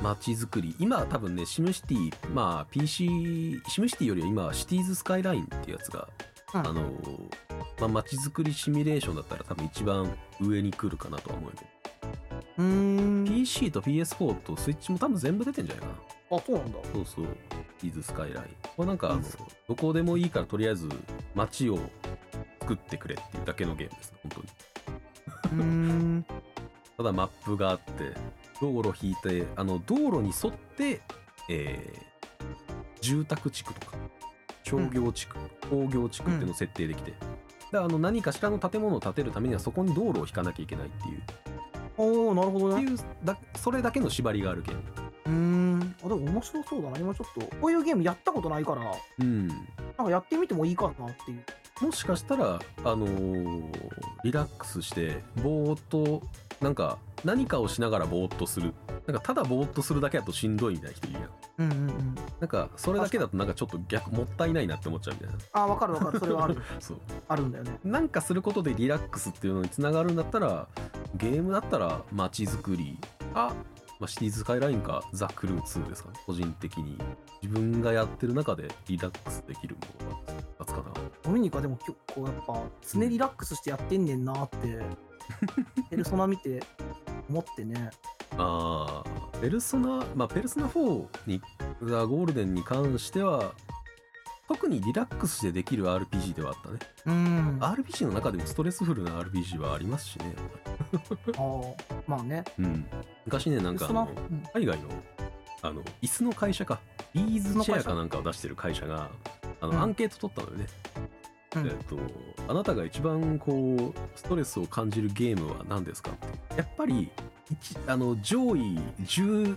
B: 街づくり今は多分ねシムシティまあ PC シムシティよりは今はシティーズスカイラインっていうやつが、
A: うん
B: あのまあ、街づくりシミュレーションだったら多分一番上に来るかなとは思うけど
A: うーん
B: PC と PS4 とスイッチも多分全部出てんじゃないかな
A: あそうなんだ
B: そうそうシティーズスカイラインこれなんかあの
A: うん
B: どこでもいいからとりあえず街を作ってくれっていうだけのゲームです本当に
A: うーん
B: ただマップがあって道路引いてあの道路に沿って、えー住宅地区とか商業地区、工業地区っていうのを設定できて、であの何かしらの建物を建てるためにはそこに道路を引かなきゃいけないっていう
A: おおなるほど
B: って
A: ね
B: いうだそれだけの縛りがあるけど
A: うーんあでも面白そうだな今ちょっとこういうゲームやったことないからな
B: うん
A: んかやってみてもいいかなっていう
B: もしかしたらあのーリラックスしてぼーっとなんか何かをしながらぼーっとするなんかただぼーっとするだけだとしんどいみたいな人いるやん
A: うんうんうん
B: なんかそれだけだとなんかちょっと逆もったいないなって思っちゃうみたいな
A: あわかるわかるそれはある
B: そう
A: あるんだよね
B: なんかすることでリラックスっていうのにつながるんだったらゲームだったら街づくりあまあ、シティーズスカイラインかザ・クルー2ですかね個人的に自分がやってる中でリラックスできるものが二つかな
A: ドミニカでも結構やっぱ常リラックスしてやってんねんなって
B: (laughs)
A: ペルソナ見て思ってね
B: あーペルソナまあペルソナ4にザ・ゴールデンに関しては特にリラックスしてできる RPG ではあったね
A: うん
B: RPG の中でもストレスフルな RPG はありますしね
A: あーまあね
B: うん、昔ねなん
A: ペル
B: かあ
A: ソナ
B: の
A: うん
B: 海外のあの椅子の会社かビーズチェアかなんかを出してる会社があの、
A: うん
B: アンケート取ったのよね、
A: うん
B: えっとあなたが一番こうストレスを感じるゲームは何ですかってやっぱり一あの上位10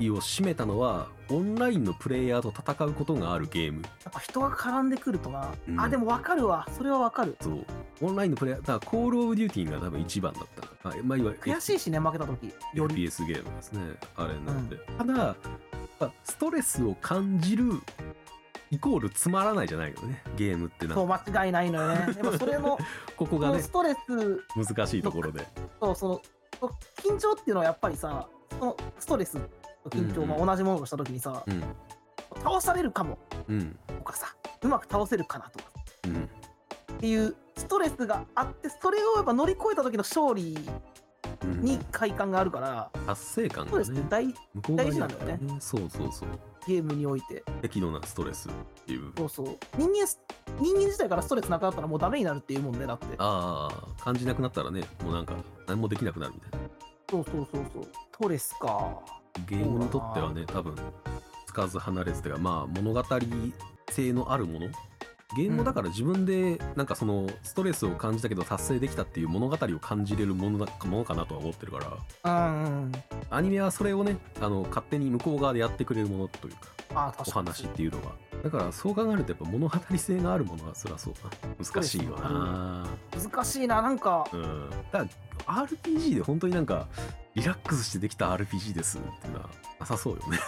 B: 位を占めたのはオンラインのプレイヤーと戦うことがあるゲーム
A: やっぱ人が絡んでくるとな、
B: うん
A: あでもわかるわそれはわかる
B: そうオンラインのプレイヤーだからコール・オブ・デューティーが多分一番だったのかな、まあ、いわゆる
A: 悔しいしね負けた時より
B: FPS ゲームですねあれなんで、ただやっぱストレスを感じるイコールつまらないじゃないけどねゲームってなん
A: そう
B: か
A: 間違いないのよ
B: (laughs)
A: ねやっぱそれの
B: ここ
A: そ
B: が
A: の
B: ね
A: ストレス
B: 難しいところで
A: とそのその緊張っていうのはやっぱりさそのストレスと緊張
B: うんう
A: が同じものをした時にさ、
B: うん
A: 倒されるかも
B: うん
A: とかさうまく倒せるかなとか
B: うん
A: っていうストレスがあってそれをやっぱ乗り越えた時の勝利
B: うん
A: に快感があるから、
B: 達成感
A: そう
B: が
A: ですね
B: ね
A: 大
B: 向こう側にあ
A: 大
B: る
A: 事
B: か
A: なんだ
B: ら
A: よ
B: ねそうそうそう
A: ゲームにおいて
B: 適度なストレスっていう
A: そうそう人間人間自体からストレスなくなったらもうダメになるっていうもんねだって
B: ああ感じなくなったらねもうなんか何もできなくなるみたいな
A: そうそうそうそうストレスか
B: ゲームにとってはね多分つかず離れずというかまあ物語性のあるものゲームもだから自分でなんかそのストレスを感じたけど達成できたっていう物語を感じれるものだものかなとは思ってるから
A: うんうん
B: アニメはそれをねあの勝手に向こう側でやってくれるものというか
A: あー確かに
B: お話っていうのはだからそう考えるとやっぱ物語性があるものはそりゃそうだな難しいよな
A: 難しいななんか
B: うんだから RPG で本当になんかリラックスしてできた RPG ですっていうのはなさそうよね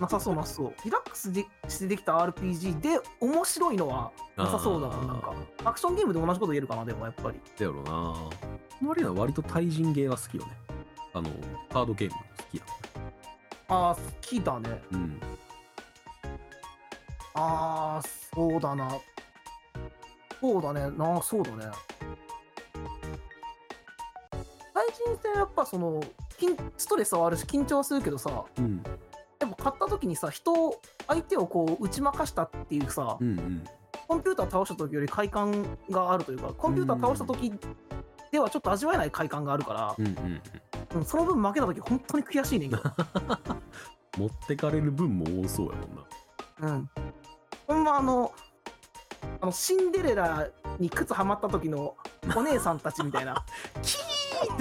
A: なさそうなさそうリラックスでしてできた RPG で面白いのはなさそうだもんなんかアクションゲームで同じこと言えるかなでもやっぱり
B: だよろなその割には割と対人ゲーは好きよねあのカードゲーム好きや
A: ああ好きだね
B: うん
A: ああそうだなそうだねなあそうだね対人戦やっぱその緊ストレスはあるし緊張はするけどさ
B: うん
A: でも勝った時にさ人を相手をこう打ち負かしたっていうさ、
B: うんうん
A: コンピューター倒した時より快感があるというかコンピューター倒した時ではちょっと味わえない快感があるから
B: う、んうん
A: うんその分負けた時本当に悔しいねんけど、
B: 持ってかれる分も多そうやもんな
A: うん、ほんまあのあのシンデレラに靴はまった時のお姉さんたちみたい (laughs) な
B: キ
A: (laughs)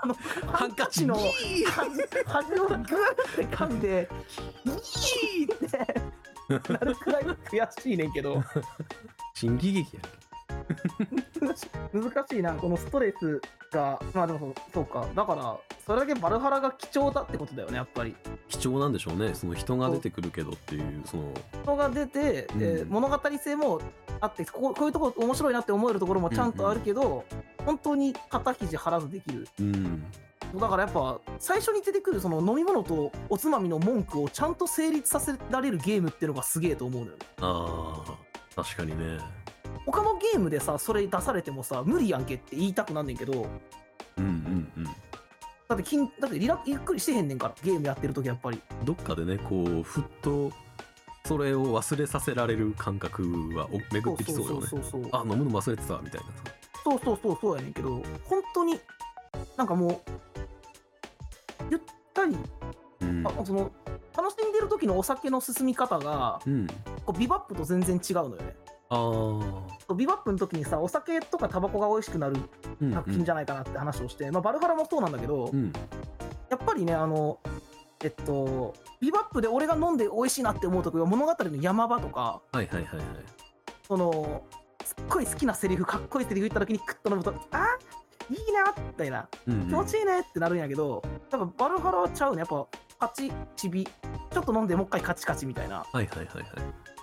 A: あの
B: ー
A: ハンカチの
B: ギー
A: 端端をグーって噛んでギーってなるくらい悔しいねんけど
B: 新喜劇や
A: 難しいなこのストレスがまあでもそうそうかだからそれだけバルハラが貴重だってことだよねやっぱり。
B: 貴重なんでしょうねその人が出てくるけどっていうその
A: 人が出て、えー
B: うん
A: 物語性もあってこここういうとこ面白いなって思えるところもちゃんとあるけど、本当に肩肘張らずできる
B: うん
A: だからやっぱ最初に出てくるその飲み物とおつまみの文句をちゃんと成立させられるゲームっていうのがすげえと思うのよね
B: あー確かにね
A: 他のゲームでさそれ出されてもさ無理やんけって言いたくなんねんけど
B: うんうんうん
A: だってきんだってリラゆっくりしてへんねんからゲームやってる時やっぱり
B: どっかでねこうふっとそれを忘れさせられる感覚はお巡ってきそうよね
A: そうそうそう
B: あ飲むの忘れてたみたいなさ
A: そうそうそうそうやねんけど本当になんかもうゆったり、
B: うん
A: あその楽しんでる時のお酒の進み方が
B: うん
A: こうビバップと全然違うのよね
B: あー
A: そうビバップの時にさお酒とかタバコが美味しくなる
B: うんうん
A: 作品じゃないかなって話をして、まあ、バルハラもそうなんだけど、
B: うん
A: やっぱりねあのえっとビバップで俺が飲んで美味しいなって思う時は物語の山場とか
B: はいはいはいはい
A: そのすっごい好きなセリフかっこいいセリフ言った時にクッと飲むとあいいなみたいな
B: うんうん
A: 気持ちいいねってなるんやけど、やっぱバルハラはちゃうねやっぱカチチビちょっと飲んでもう一回カチカチみたいな
B: はいはいはいはい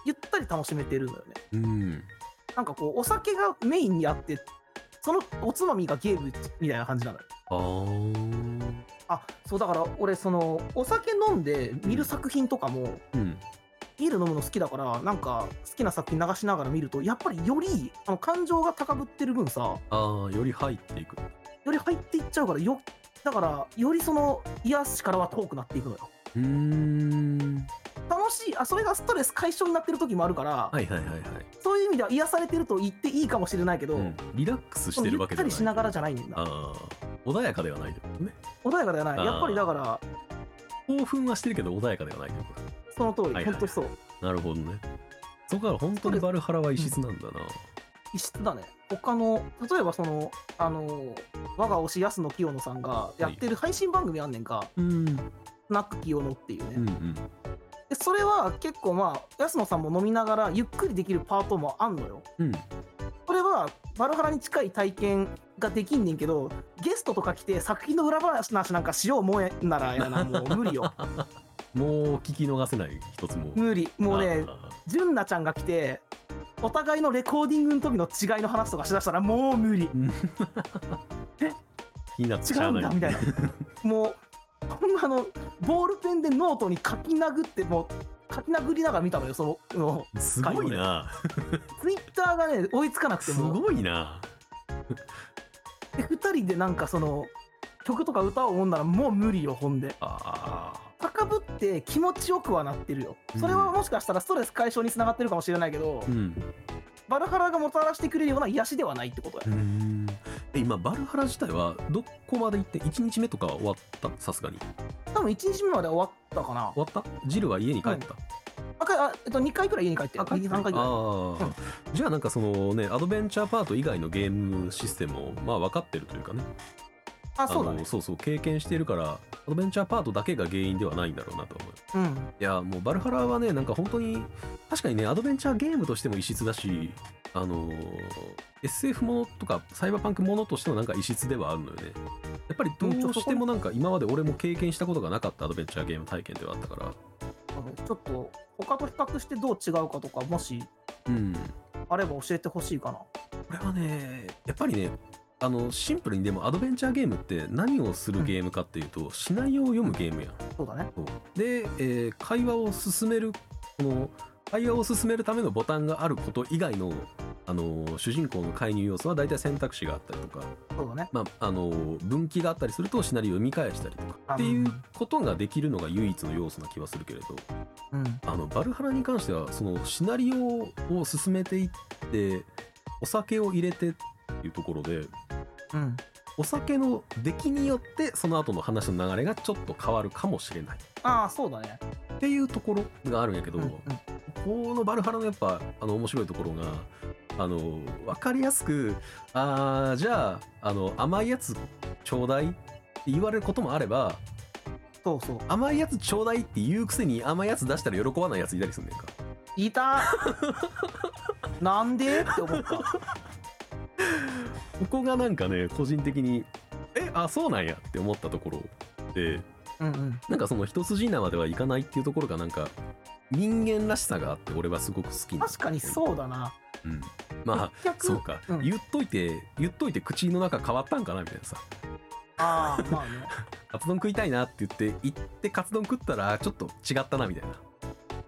A: ゆったり楽しめてるのよね
B: うん
A: なんかこうお酒がメインにあってそのおつまみがゲームみたいな感じなのよ
B: あー
A: あそうだから俺そのお酒飲んで見る作品とかも、
B: うん
A: ビール飲むの好きだからなんか好きな作品流しながら見るとやっぱりよりあの感情が高ぶってる分さ
B: ああより入っていく
A: より入っていっちゃうからよだからよりその癒しからは遠くなっていくのよ
B: うーん
A: 楽しいあそれがストレス解消になってる時もあるから、
B: はいはいはいはい、
A: そういう意味では癒されてると言っていいかもしれないけど、
B: うん、リラックスしてる
A: ゆ
B: わ
A: っ
B: け
A: た
B: じゃな
A: り
B: い
A: しながらじゃないんだ
B: あー穏やかではないということね
A: 穏やかではな
B: あー
A: いやっぱりだから
B: 興奮はしてるけど穏やかではないというこ
A: その通り、
B: はいはい
A: 本当にそう
B: となるほどねそこから本当にバルハラは異質なんだな、
A: 異質だね他の例えばそのあの我が推し安野清野さんがやってる配信番組あんねんか、
B: うん、
A: スナック清野っていうね、
B: うんうん
A: でそれは結構まあ安野さんも飲みながらゆっくりできるパートもあんのよ
B: うん
A: それはバルハラに近い体験ができんねんけどゲストとか来て作品の裏話なんかしようもんなら
B: (laughs)
A: やなもう無理よ
B: もう聞き逃せない一つも
A: 無理もうね
B: あ
A: 純奈ちゃんが来てお互いのレコーディングの時の違いの話とかしだしたらもう無理
B: ー気になっ
A: 違
B: ちゃ
A: う
B: うん
A: だみたいなもうこんなあのボールペンでノートに書き殴ってもう書き殴りながら見たのよそのもう
B: すごいな
A: ツイッターがね追いつかなくて
B: す
A: も
B: ごいな
A: で2人でなんかその曲とか歌を思んならもう無理よほんで
B: あ
A: 高ぶって気持ちよくはなってるよそれはもしかしたらストレス解消につながってるかもしれないけど、
B: ーうん
A: バルハラがもたらしてくれるような癒しではないってことや、
B: うーんえ今バルハラ自体はどこまで行って1日目とかは終わったさすがに
A: 多分1日目まで終わったかな
B: 終わったジルは家に帰った、
A: あかあ、えっと、2回くらい家に帰って
B: あ
A: る
B: 帰って
A: 2
B: るあ
A: 3回くら
B: ー
A: うん
B: じゃあなんかそのねアドベンチャーパート以外のゲームシステムをまあ分かってるというかね
A: いあそうだ
B: の
A: ね
B: そうそう経験しているからアドベンチャーパートだけが原因ではないんだろうなと思う
A: うん
B: いやもうバルハラはねなんか本当に確かにねアドベンチャーゲームとしても異質だしあのー SF ものとかサイバーパンクものとしてもなんか異質ではあるのよねやっぱりどうしてもなんか今まで俺も経験したことがなかったアドベンチャーゲーム体験ではあったから
A: あのちょっと他と比較してどう違うかとかもし
B: うん
A: あれば教えてほしいかな
B: これはねやっぱりねあのシンプルにでもアドベンチャーゲームって何をするゲームかっていうとシナリオを読むゲームやん
A: そうだね
B: で、えー会話を進めるこの会話を進めるためのボタンがあること以外の、あのー主人公の介入要素は大体選択肢があったりとか、
A: そうだね
B: まああのー分岐があったりするとシナリオを読み返したりとかっていうことができるのが唯一の要素な気はするけれど
A: うん
B: あのバルハラに関してはそのシナリオを進めていってお酒を入れてっていうところで
A: うん
B: お酒の出来によってその後の話の流れがちょっと変わるかもしれない。
A: ああそうだね
B: っていうところがあるんやけど、
A: うんうん
B: このバルハラのやっぱあの面白いところがあの分かりやすく「あーじゃああの甘いやつちょうだい」って言われることもあれば
A: そうそう
B: 「甘いやつちょうだい」って言うくせに甘いやつ出したら喜ばないやついたりすんねんか。
A: いた (laughs) なんでって思った
B: ここがなんかね個人的に「えあそうなんや」って思ったところで
A: うんうん
B: なんかその一筋縄ではいかないっていうところがなんか人間らしさがあって俺はすごく好きな
A: 確かにそうだな
B: うん、まあ
A: 結局
B: そうか、
A: うん
B: 言っといて言っといて口の中変わったんかなみたいなさ
A: ああ、まあね。
B: カツ丼食いたいなって言って行ってカツ丼食ったらちょっと違ったなみたい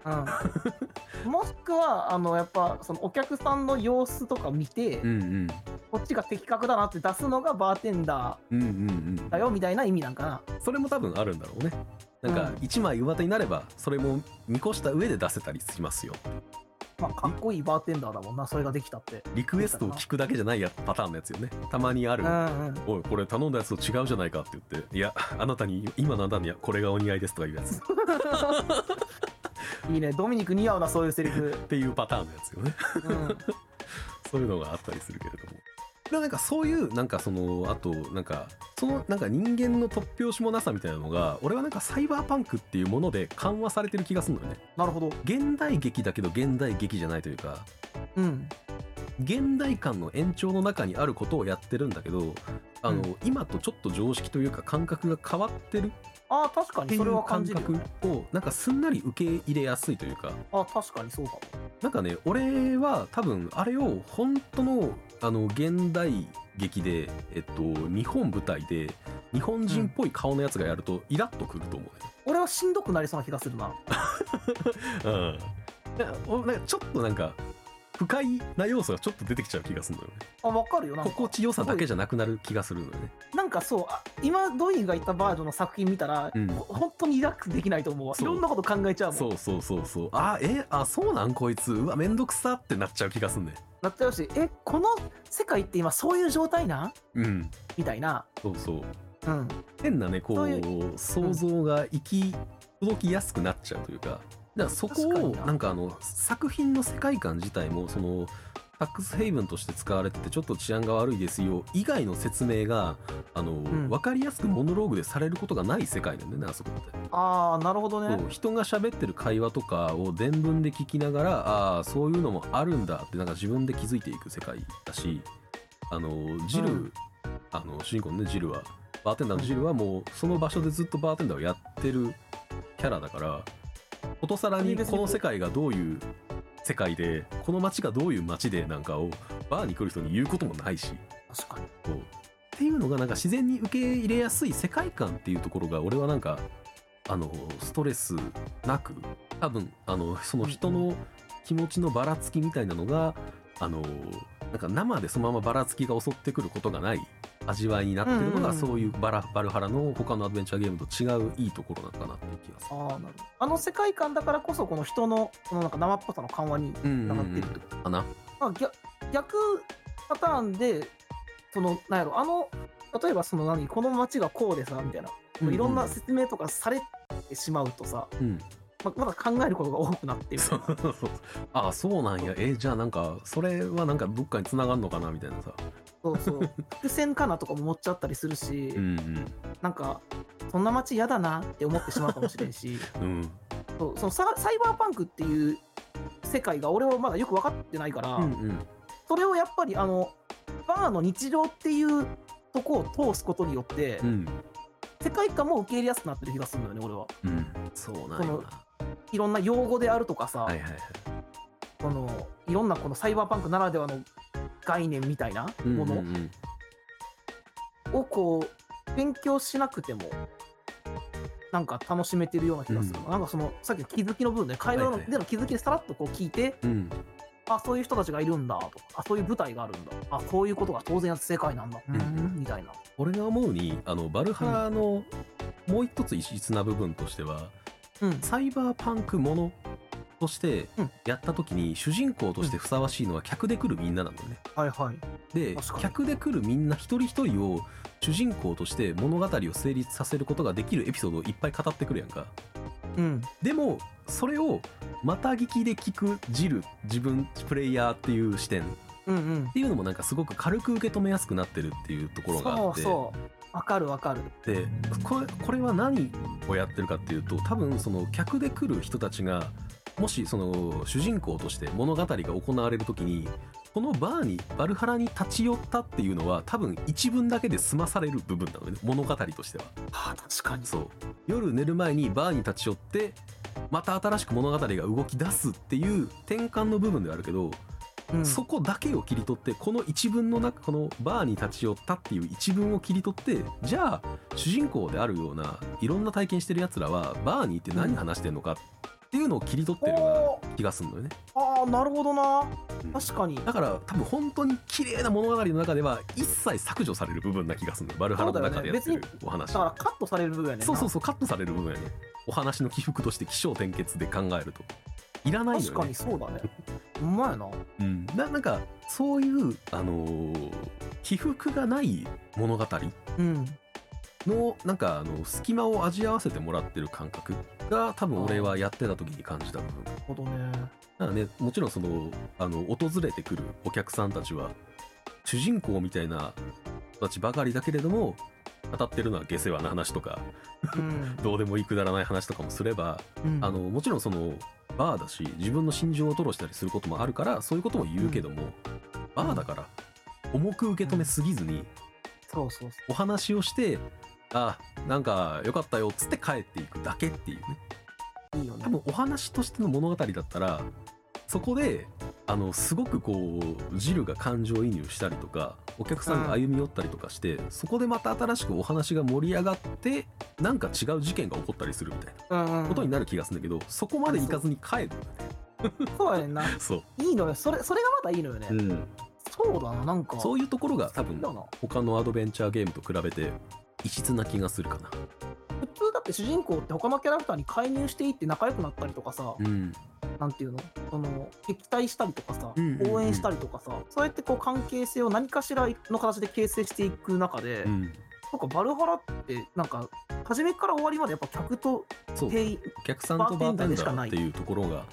B: な (laughs)
A: うん、もしくはあのやっぱそのお客さんの様子とか見て、
B: うんうん
A: こっちが的確だなって出すのがバーテンダ
B: うんうん
A: ーだよみたいな意味なんかな。
B: うんそれも多分あるんだろうねなんか
A: うん
B: 一枚上手になればそれも見越した上で出せたりしますよ
A: まあ、かっこいいバーテンダーだもんな、それができたって。
B: リクエストを聞くだけじゃないやパターンのやつよねたまにあ
A: う
B: る、
A: んうん。
B: おいこれ頼んだやつと違うじゃないかって言って「いやあなたに今のあなたにはこれがお似合いです」とか言うやつっ
A: いいね、ドミニク似合うな、そういうセリフ。
B: ていうパターンのやつよね
A: うん。
B: そういうのがあったりするけれども。でなんかそういうなんかそのあとなんかそのなんか人間の突拍子もなさみたいなのが俺はなんかサイバーパンクっていうもので緩和されてる気がするのよね
A: なるほど。
B: 現代劇だけど現代劇じゃないというか
A: うん。
B: 現代感の延長の中にあることをやってるんだけどあの、
A: う
B: 今とちょっと常識というか感覚が変わってる
A: ああ、確か
B: って
A: に
B: い
A: それ
B: う
A: は
B: 感
A: 感じるよ
B: 覚
A: ね。
B: をなんかすんなり受け入れやすいというか
A: ああ、確かにそうかも。
B: なんかね俺は多分あれを本当のあの現代劇で、えっと、日本舞台で日本人っぽい顔のやつがやるとイラッとくると思
A: 俺はしんどくなりそうな気がするな。
B: うね、うんおなんかちょっとなんか不快な要素がちょっと出てきちゃう気がするのよね
A: あ、わかるよ。なんか
B: 心地よさだけじゃなくなる気がするのよね
A: なんかそう、あ今、ドミニクが言ったバージョンの作品見たら、
B: うん
A: ほ本当にリラックスできないと思うわ。い
B: そう
A: ろんなこと考えちゃうもん。
B: そうそうそうそうあえあそうなんこいつうわめんどくさってなっちゃう気がすんね
A: なっちゃうし、え、この世界って今そういう状態なん
B: うん
A: みたいな。
B: そうそ
A: う
B: う
A: ん。
B: 変なねこ
A: そう
B: う
A: い
B: 想像が行き届きやすくなっちゃうというかだからそこ
A: 確か
B: を
A: にな
B: なんかあの作品の世界観自体もそのタックスヘイブンとして使われててちょっと治安が悪いですよ以外の説明があの、
A: ん
B: 分かりやすくモノローグでされることがない世界なんだよねあそこって。
A: あー、なるほどね
B: そう。人が喋ってる会話とかを伝聞で聞きながらああそういうのもあるんだってなんか自分で気づいていく世界だしあのジル、
A: うん
B: あの主人公のねジルはバーテンダーのジルはもうその場所でずっとバーテンダーをやってるキャラだからことさらにこの世界がどういう世界でこの街がどういう街でなんかをバーに来る人に言うこともないし。
A: 確かに。
B: こうっていうのがなんか自然に受け入れやすい世界観っていうところが俺はなんかあのストレスなく多分あのその人の気持ちのばらつきみたいなのがあのなんか生でそのままばらつきが襲ってくることがない味わいになってるの
A: うんうんう
B: が
A: ん
B: そういうバラバルハラの他のアドベンチャーゲームと違ういいところなのかなっていう気がす
A: あー、なるほど。あの世界観だからこそ、この人の、このなんか生っぽさの緩和に
B: る。うん
A: 繋がってるってこと。
B: かな。 (laughs)
A: まあ、逆逆パターンで、その、なんやろ、あの、例えばその何、この街がこうでさ、みたいな、いろんな説明とかされてしまうとさ、
B: うん。
A: ままだ考えることが多くなってる。
B: そうそうそう。ああそうなんや。えーじゃあなんかそれはなんかどっかに繋がるのかなみたいなさ。
A: そうそう。伏線かなとかも持っちゃったりするし、
B: うんうん。
A: なんか、そんな街嫌だなって思ってしまうかもしれんし、
B: うん、
A: そうそのササイバーパンクっていう世界が俺はまだよく分かってないから、
B: うん
A: それをやっぱりあの、バーの日常っていうとこを通すことによって、
B: うん
A: 世界観も受け入れやすくなってる気がするんだよね、俺は。
B: うんそうなんや
A: いろんな用語であるとかさ、
B: なはいはいはい
A: このいろんなこのサイバーパンクならではの概念みたいな
B: うん
A: も
B: うんう
A: の
B: ん
A: をこう勉強しなくてもなんか楽しめてるような気がするな、
B: う
A: なんかそのさっきの気づきの部分で会
B: は
A: 話
B: いはい
A: での気づきでさらっとこう聞いて、
B: うん
A: あそういう人たちがいるんだとかあそういう舞台があるんだあそういうことが当然やって世界なんだ、うー
B: う
A: ん
B: ん
A: みたいな
B: 俺が思うにあのバルハラのもう一つ異質な部分としては
A: うん
B: サイバーパンクものとして
A: うん
B: やった時に主人公としてふさわしいのは客で来るみんななんだよね。
A: はいはい
B: で
A: 確かに
B: 客で来るみんな一人一人を主人公として物語を成立させることができるエピソードをいっぱい語ってくるやんか。
A: うん
B: でもそれをまた聞きで聞くジル自分プレイヤーっていう視点
A: うんうん
B: っていうのもなんかすごく軽く受け止めやすくなってるっていうところがあ
A: そ
B: っ
A: う
B: て
A: そうわかるわかる
B: でこれこれは何をやってるかっていうと多分その客で来る人たちがもしその主人公として物語が行われる時にこのバーにバルハラに立ち寄ったっていうのは多分一文だけで済まされる部分なのね物語としては
A: はあ確かに
B: そう夜寝る前にバーに立ち寄ってまた新しく物語が動き出すっていう転換の部分ではあるけど
A: うん
B: そこだけを切り取ってこの一文の中このバーに立ち寄ったっていう一文を切り取ってじゃあ主人公であるようないろんな体験してるやつらはバーに行って何話してんのかっていうのを切り取ってるよ
A: お
B: うな気がするのよね。
A: ああなるほどな
B: うん
A: 確かに
B: だから多分本当に綺麗な物語の中では一切削除される部分な気がするのよバルハラの中でやって
A: そうだよね
B: る
A: 別
B: お話
A: だからカットされる部分やねんな
B: そうそうそうカットされる部分やねお話の起伏として起承転結で考えるといらないのよね
A: 確かにそう
B: (laughs)
A: だねうまいな
B: うん、ななんかそういう、あのー起伏がない物語
A: うん
B: のなんかあの隙間を味合わせてもらってる感覚が多分俺はやってた時に感じた部分だ
A: ほどね
B: からねもちろんそのあの訪れてくるお客さんたちは主人公みたいな人たちばかりだけれども語ってるのは下世話な話とか (laughs)
A: うん
B: どうでもいいくだらない話とかもすれば
A: うん
B: あのもちろんそのバーだし自分の心情を吐露したりすることもあるからそういうことも言うけども、バーだから重く受け止めすぎずに
A: そうそうそ
B: お話をしてあなんか良かったよっつって帰っていくだけっていうね
A: ういいよね
B: 多分お話としての物語だったらそこであのすごくこうジルが感情移入したりとかお客さんが歩み寄ったりとかして、そこでまた新しくお話が盛り上がってなんか違う事件が起こったりするみたいな
A: うんうん
B: ことになる気がするんだけど、そこまで行かずに帰る
A: そうやねんな
B: そう
A: いいのよそれそれがまたいいのよね、
B: うん、
A: そうだななんか
B: そう
A: いう
B: いうところが多分
A: だな
B: 他のアドベンチャーゲームと比べて異質な気がするかな。
A: 普通だって主人公って他のキャラクターに介入していって仲良くなったりとかさ、
B: うん、
A: なんていうのその敵対したりとかさ、
B: うんうんうん
A: 応援したりとかさそうやってこう関係性を何かしらの形で形成していく中で、
B: うん、
A: なんかバルハラってなんか初めから終わりまでやっぱ客と
B: そう
A: 店員
B: お客さんとバーテンダーっていうところが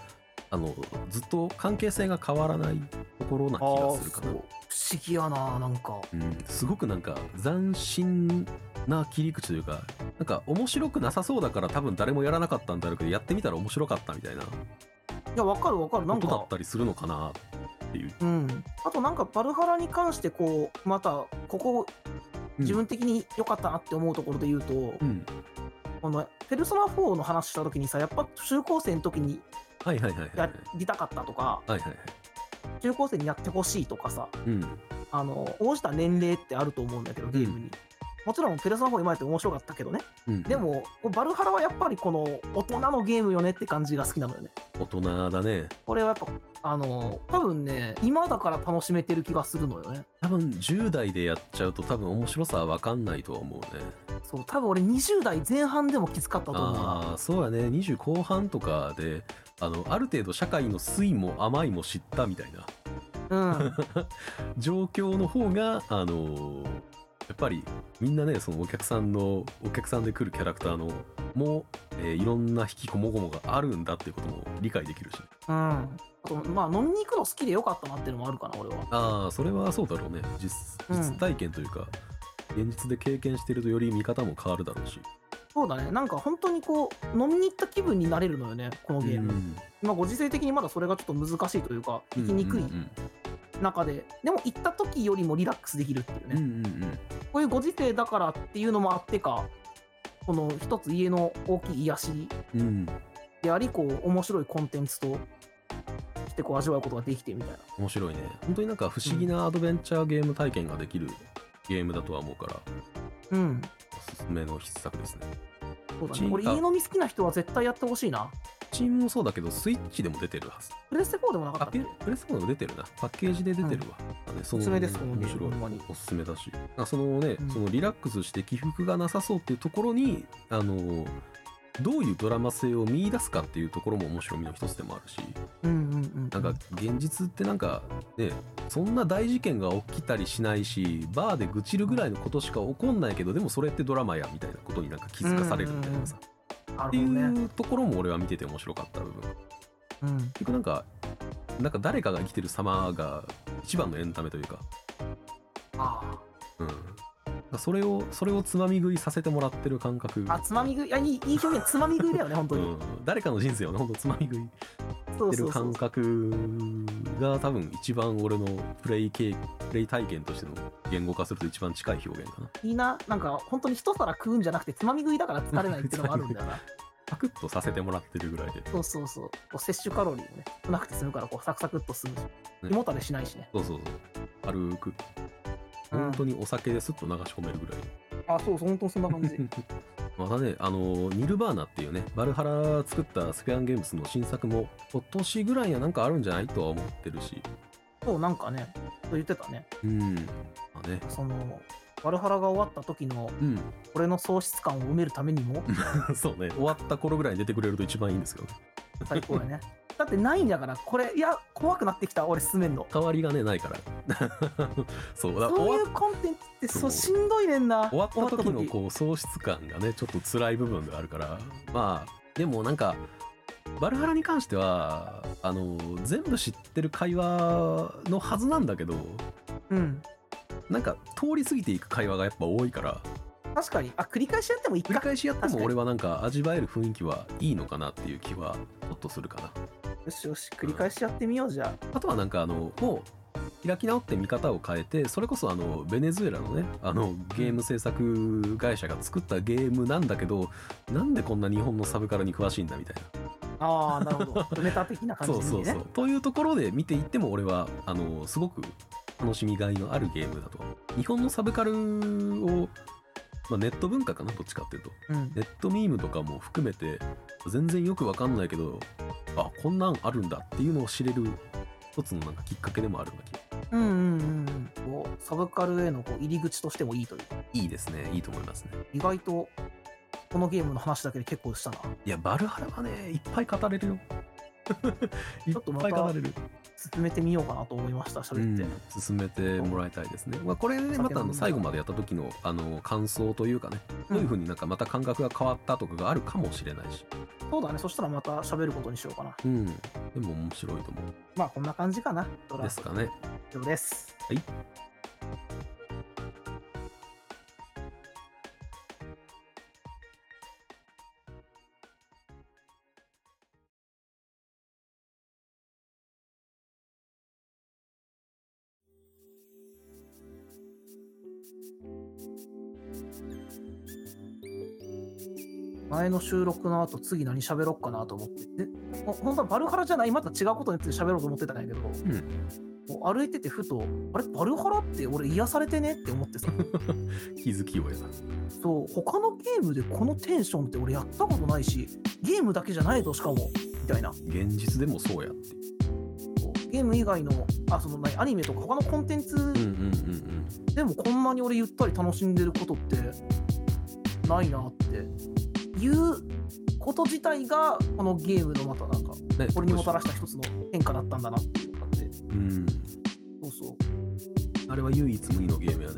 B: あのずっと関係性が変わらないところな気がするか
A: あーそう不
B: な。
A: 思議やななんか
B: うん、すごくなんか斬新な切り口というかなんか面白くなさそうだから多分誰もやらなかったんだろうけどやってみたら面白かったみたいない
A: やわかるわかるな
B: こ
A: ん
B: とだ
A: か
B: ったりするのかなっていう、
A: うん、あとなんかバルハラに関してこうまたここ自分的に良かったなって思うところで言うと、
B: うん、
A: この「ペルソナ4」の話した時にさやっぱ中高生の時に
B: はいはいはいはいはい
A: やりたかったとか
B: はいはいはい
A: 中高生にやってほしいとかさ
B: うん
A: あの応じた年齢ってあると思うんだけどゲームに、もちろん「ペルソナ4」今やって面白かったけどね
B: うん
A: でもバルハラはやっぱりこの大人のゲームよねって感じが好きなのよね
B: 大人だね
A: これはやっぱあの多分ね今だから楽しめてる気がするのよね
B: 多分10代でやっちゃうと多分面白さは分かんないとは思うね
A: そう多分俺20代前半でもきつかったと思うな
B: ああーそうやね20後半とかであのある程度社会の酸いも甘いも知ったみたいな
A: うん、
B: 状況の方があのーやっぱりみんなねそのお客さんのお客さんで来るキャラクターのも、えーいろんな引きこもごもがあるんだっていうことも理解できるし
A: うん、あとまあ飲みに行くの好きでよかったなっていうのもあるかな俺は
B: ああそれはそうだろうね実
A: うん
B: 実体験というか、現実で経験してるとより見方も変わるだろうし、
A: そうだねなんか本当にこう飲みに行った気分になれるのよねこのゲーム、
B: うん
A: まあご時世的にまだそれがちょっと難しいというか行きにくい
B: うんうん
A: 中で、でも行った時よりもリラックスできるっていう
B: うんう
A: ね、
B: んうんうん
A: こういうご時世だからっていうのもあってかこの一つ家の大きい癒し
B: うん、
A: でありこう面白いコンテンツとしてこう味わうことができてみたいな
B: 面白いね本当になんか不思議なアドベンチャーゲーム体験ができるゲームだとは思うか
A: う
B: ら
A: ん
B: おすすめの必作ですね
A: そうだね
B: うち
A: 俺家
B: あ
A: 飲み好きな人は絶対やってほしいな
B: チームもそうだけどスイッチでも出てるはず
A: プレステ4でもなか
B: あ
A: った
B: ペ
A: っけ
B: プレスコード出てるなパッケージで出てるわ、だねその
A: おすすめですこのゲ
B: 面
A: ーム
B: 白い
A: ほんまに
B: おすすめだしあそのね、
A: うん
B: そのリラックスして起伏がなさそうっていうところにあのどういうドラマ性を見出すかっていうところも面白みの一つでもあるし
A: うんうんうん
B: なんか現実ってなんかねそんな大事件が起きたりしないしバーで愚痴るぐらいのことしか起こんないけどでもそれってドラマやみたいなことになんか気づかされるみたいなさ、
A: なる
B: っ
A: ほ
B: て
A: どね
B: いうところも俺は見てて面白かった部分結
A: うん
B: 局なんかなんか誰かが生きてる様が一番のエンタメというか、
A: あ
B: うん、それをそれをつまみ食いさせてもらってる感覚
A: ああつまみ食いいやいいいい表現つまみ食いだよね本当
B: う
A: に、
B: ん、誰かの人生をねほんとつまみ食い
A: そう
B: って
A: そ
B: る
A: うそう
B: 感覚が多分一番俺のプレイ系プレイ体験としての言語化すると一番近い表現かない (laughs)
A: いななんか本当に一皿食うんじゃなくてつまみ食いだから疲れないっていうのもあるんだよな
B: パクッとさせてもらってるぐらいで。
A: そうそうそう。こう摂取カロリーをね、少なくて済むから、こう、サクサクっと済むし、胃もたれしないしね。
B: そうそうそう。軽く。本当にお酒ですっと流し込めるぐらい。
A: あ、そうそう、本当そんな感
B: (laughs)
A: じ。
B: またね、あの、ニルバーナっていうね、バルハラ作ったスペアンゲームスの新作も、今年ぐらいにはなんかあるんじゃないとは思ってるし。
A: そう、なんかね、そう言ってたね。
B: うん。まあね。
A: その、ワルハラが終わった時の、
B: う
A: 俺の喪失感を埋めるためにも、
B: ん。 (laughs) そうね。終わった頃ぐらいに出てくれると一番いいんですけどね。
A: 最高やね。だってないんだから、これ、いや、怖くなってきた、俺、進めんの。
B: 変わりがね、ないから。 (laughs) そう。だから
A: そう
B: 終
A: い
B: わ
A: う
B: っ
A: コンテンツって、
B: そう
A: そう、しんどいねんな。
B: 終わった時の
A: 終わ
B: こう喪失感がねちょっと辛い部分があるからまあでもなんかバルハラに関してはあの全部知ってる会話のはずなんだけど
A: った時うん。
B: なんか通り過ぎていく会話がやっぱ多いから
A: 確かに。あ、繰り返しやってもいい
B: 繰り
A: か。
B: 返しやって
A: 確か
B: も
A: に
B: 俺はなんか味わえる雰囲気はいいのかなっていう気はちょっとするかな
A: よしよし、繰り返しやってみよう、じゃあ。
B: あとはなんかあのもう開き直って見方を変えてそれこそあのベネズエラのねあのゲーム制作会社が作ったゲームなんだけどなんでこんな日本のサブカルに詳しいんだみたいな
A: ああ、なるほ
B: (laughs)
A: ど。メタ的な感じ
B: そ
A: で、
B: う
A: ね。
B: そうそう。というところで見ていっても俺はあのすごく楽しみがいのあるゲームだと。日本のサブカルを、まあ、ネット文化かなどっちかっていうと
A: うん。
B: ネットミームとかも含めて全然よくわかんないけどあこんなんあるんだっていうのを知れる一つのなんかきっかけでもあるわけ
A: うんうんうんうん。こうサブカルへのこう入り口としてもいいというか。
B: いいですねいいと思いますね
A: 意外と、このゲームの話だけで結構したな。
B: いやバルハラはねいっぱい語
A: (laughs)
B: れるよいっ
A: ちょっとまた
B: ぱい語れる
A: 進めてみようかなと思いました、喋って。
B: うん進めてもらいたいですね、まあ、これねまたあの最後までやった時のあの感想というかねどういうふうになんかまた感覚が変わったとかがあるかもしれないし、
A: そうだね、そしたらまた喋ることにしようかな。
B: うん、でも面白いと思
A: まあ、こんな感じかな。ド
B: う
A: ラ
B: で
A: フ
B: すかね
A: トです。前の収録の後次何喋ろうかなと思ってでほ本当はバルハラじゃないまた違うことについて喋ろうと思ってたんやけど、もう歩いててふとあれバルハラって俺癒されてねって思ってさ
B: 気づきを得た
A: そう他のゲームでこのテンションって俺やったことないしゲームだけじゃないとしかもみたいな
B: 現実でもそうやっていう
A: こうゲーム以外のあその何アニメとか他のコンテンツ
B: うんうんうん
A: でもこんなに俺ゆったり楽しんでることってないなっていうこと自体がこのゲームのまたなんか
B: うんね
A: 俺にもたらした一つの変化だったんだなっていうのがあって
B: うん
A: そうそう
B: あれは唯一無二のゲームやね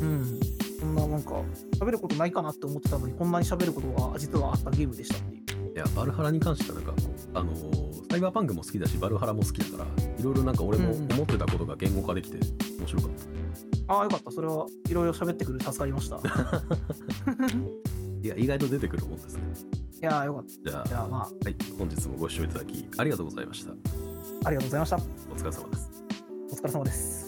A: うん、そんななんか喋ることないかなって思ってたのにこんなに喋ることが実はあったゲームでしたっていう。
B: いやバルハラに関してはなんかこうあのーサイバーパンクも好きだしバルハラも好きだからいろいろなんか俺も
A: うんうん
B: 思ってたことが言語化できて面白かった、
A: ああよかったそれはいろいろ喋ってくる助かりま (laughs) した。い
B: いや意外と出てくるもんですね
A: やーよかった
B: じゃあ
A: じゃあまあ
B: はい、本日もご視聴いただきありがとうございました。
A: ありがとうございました。
B: お疲れ様です。
A: お疲れ様です。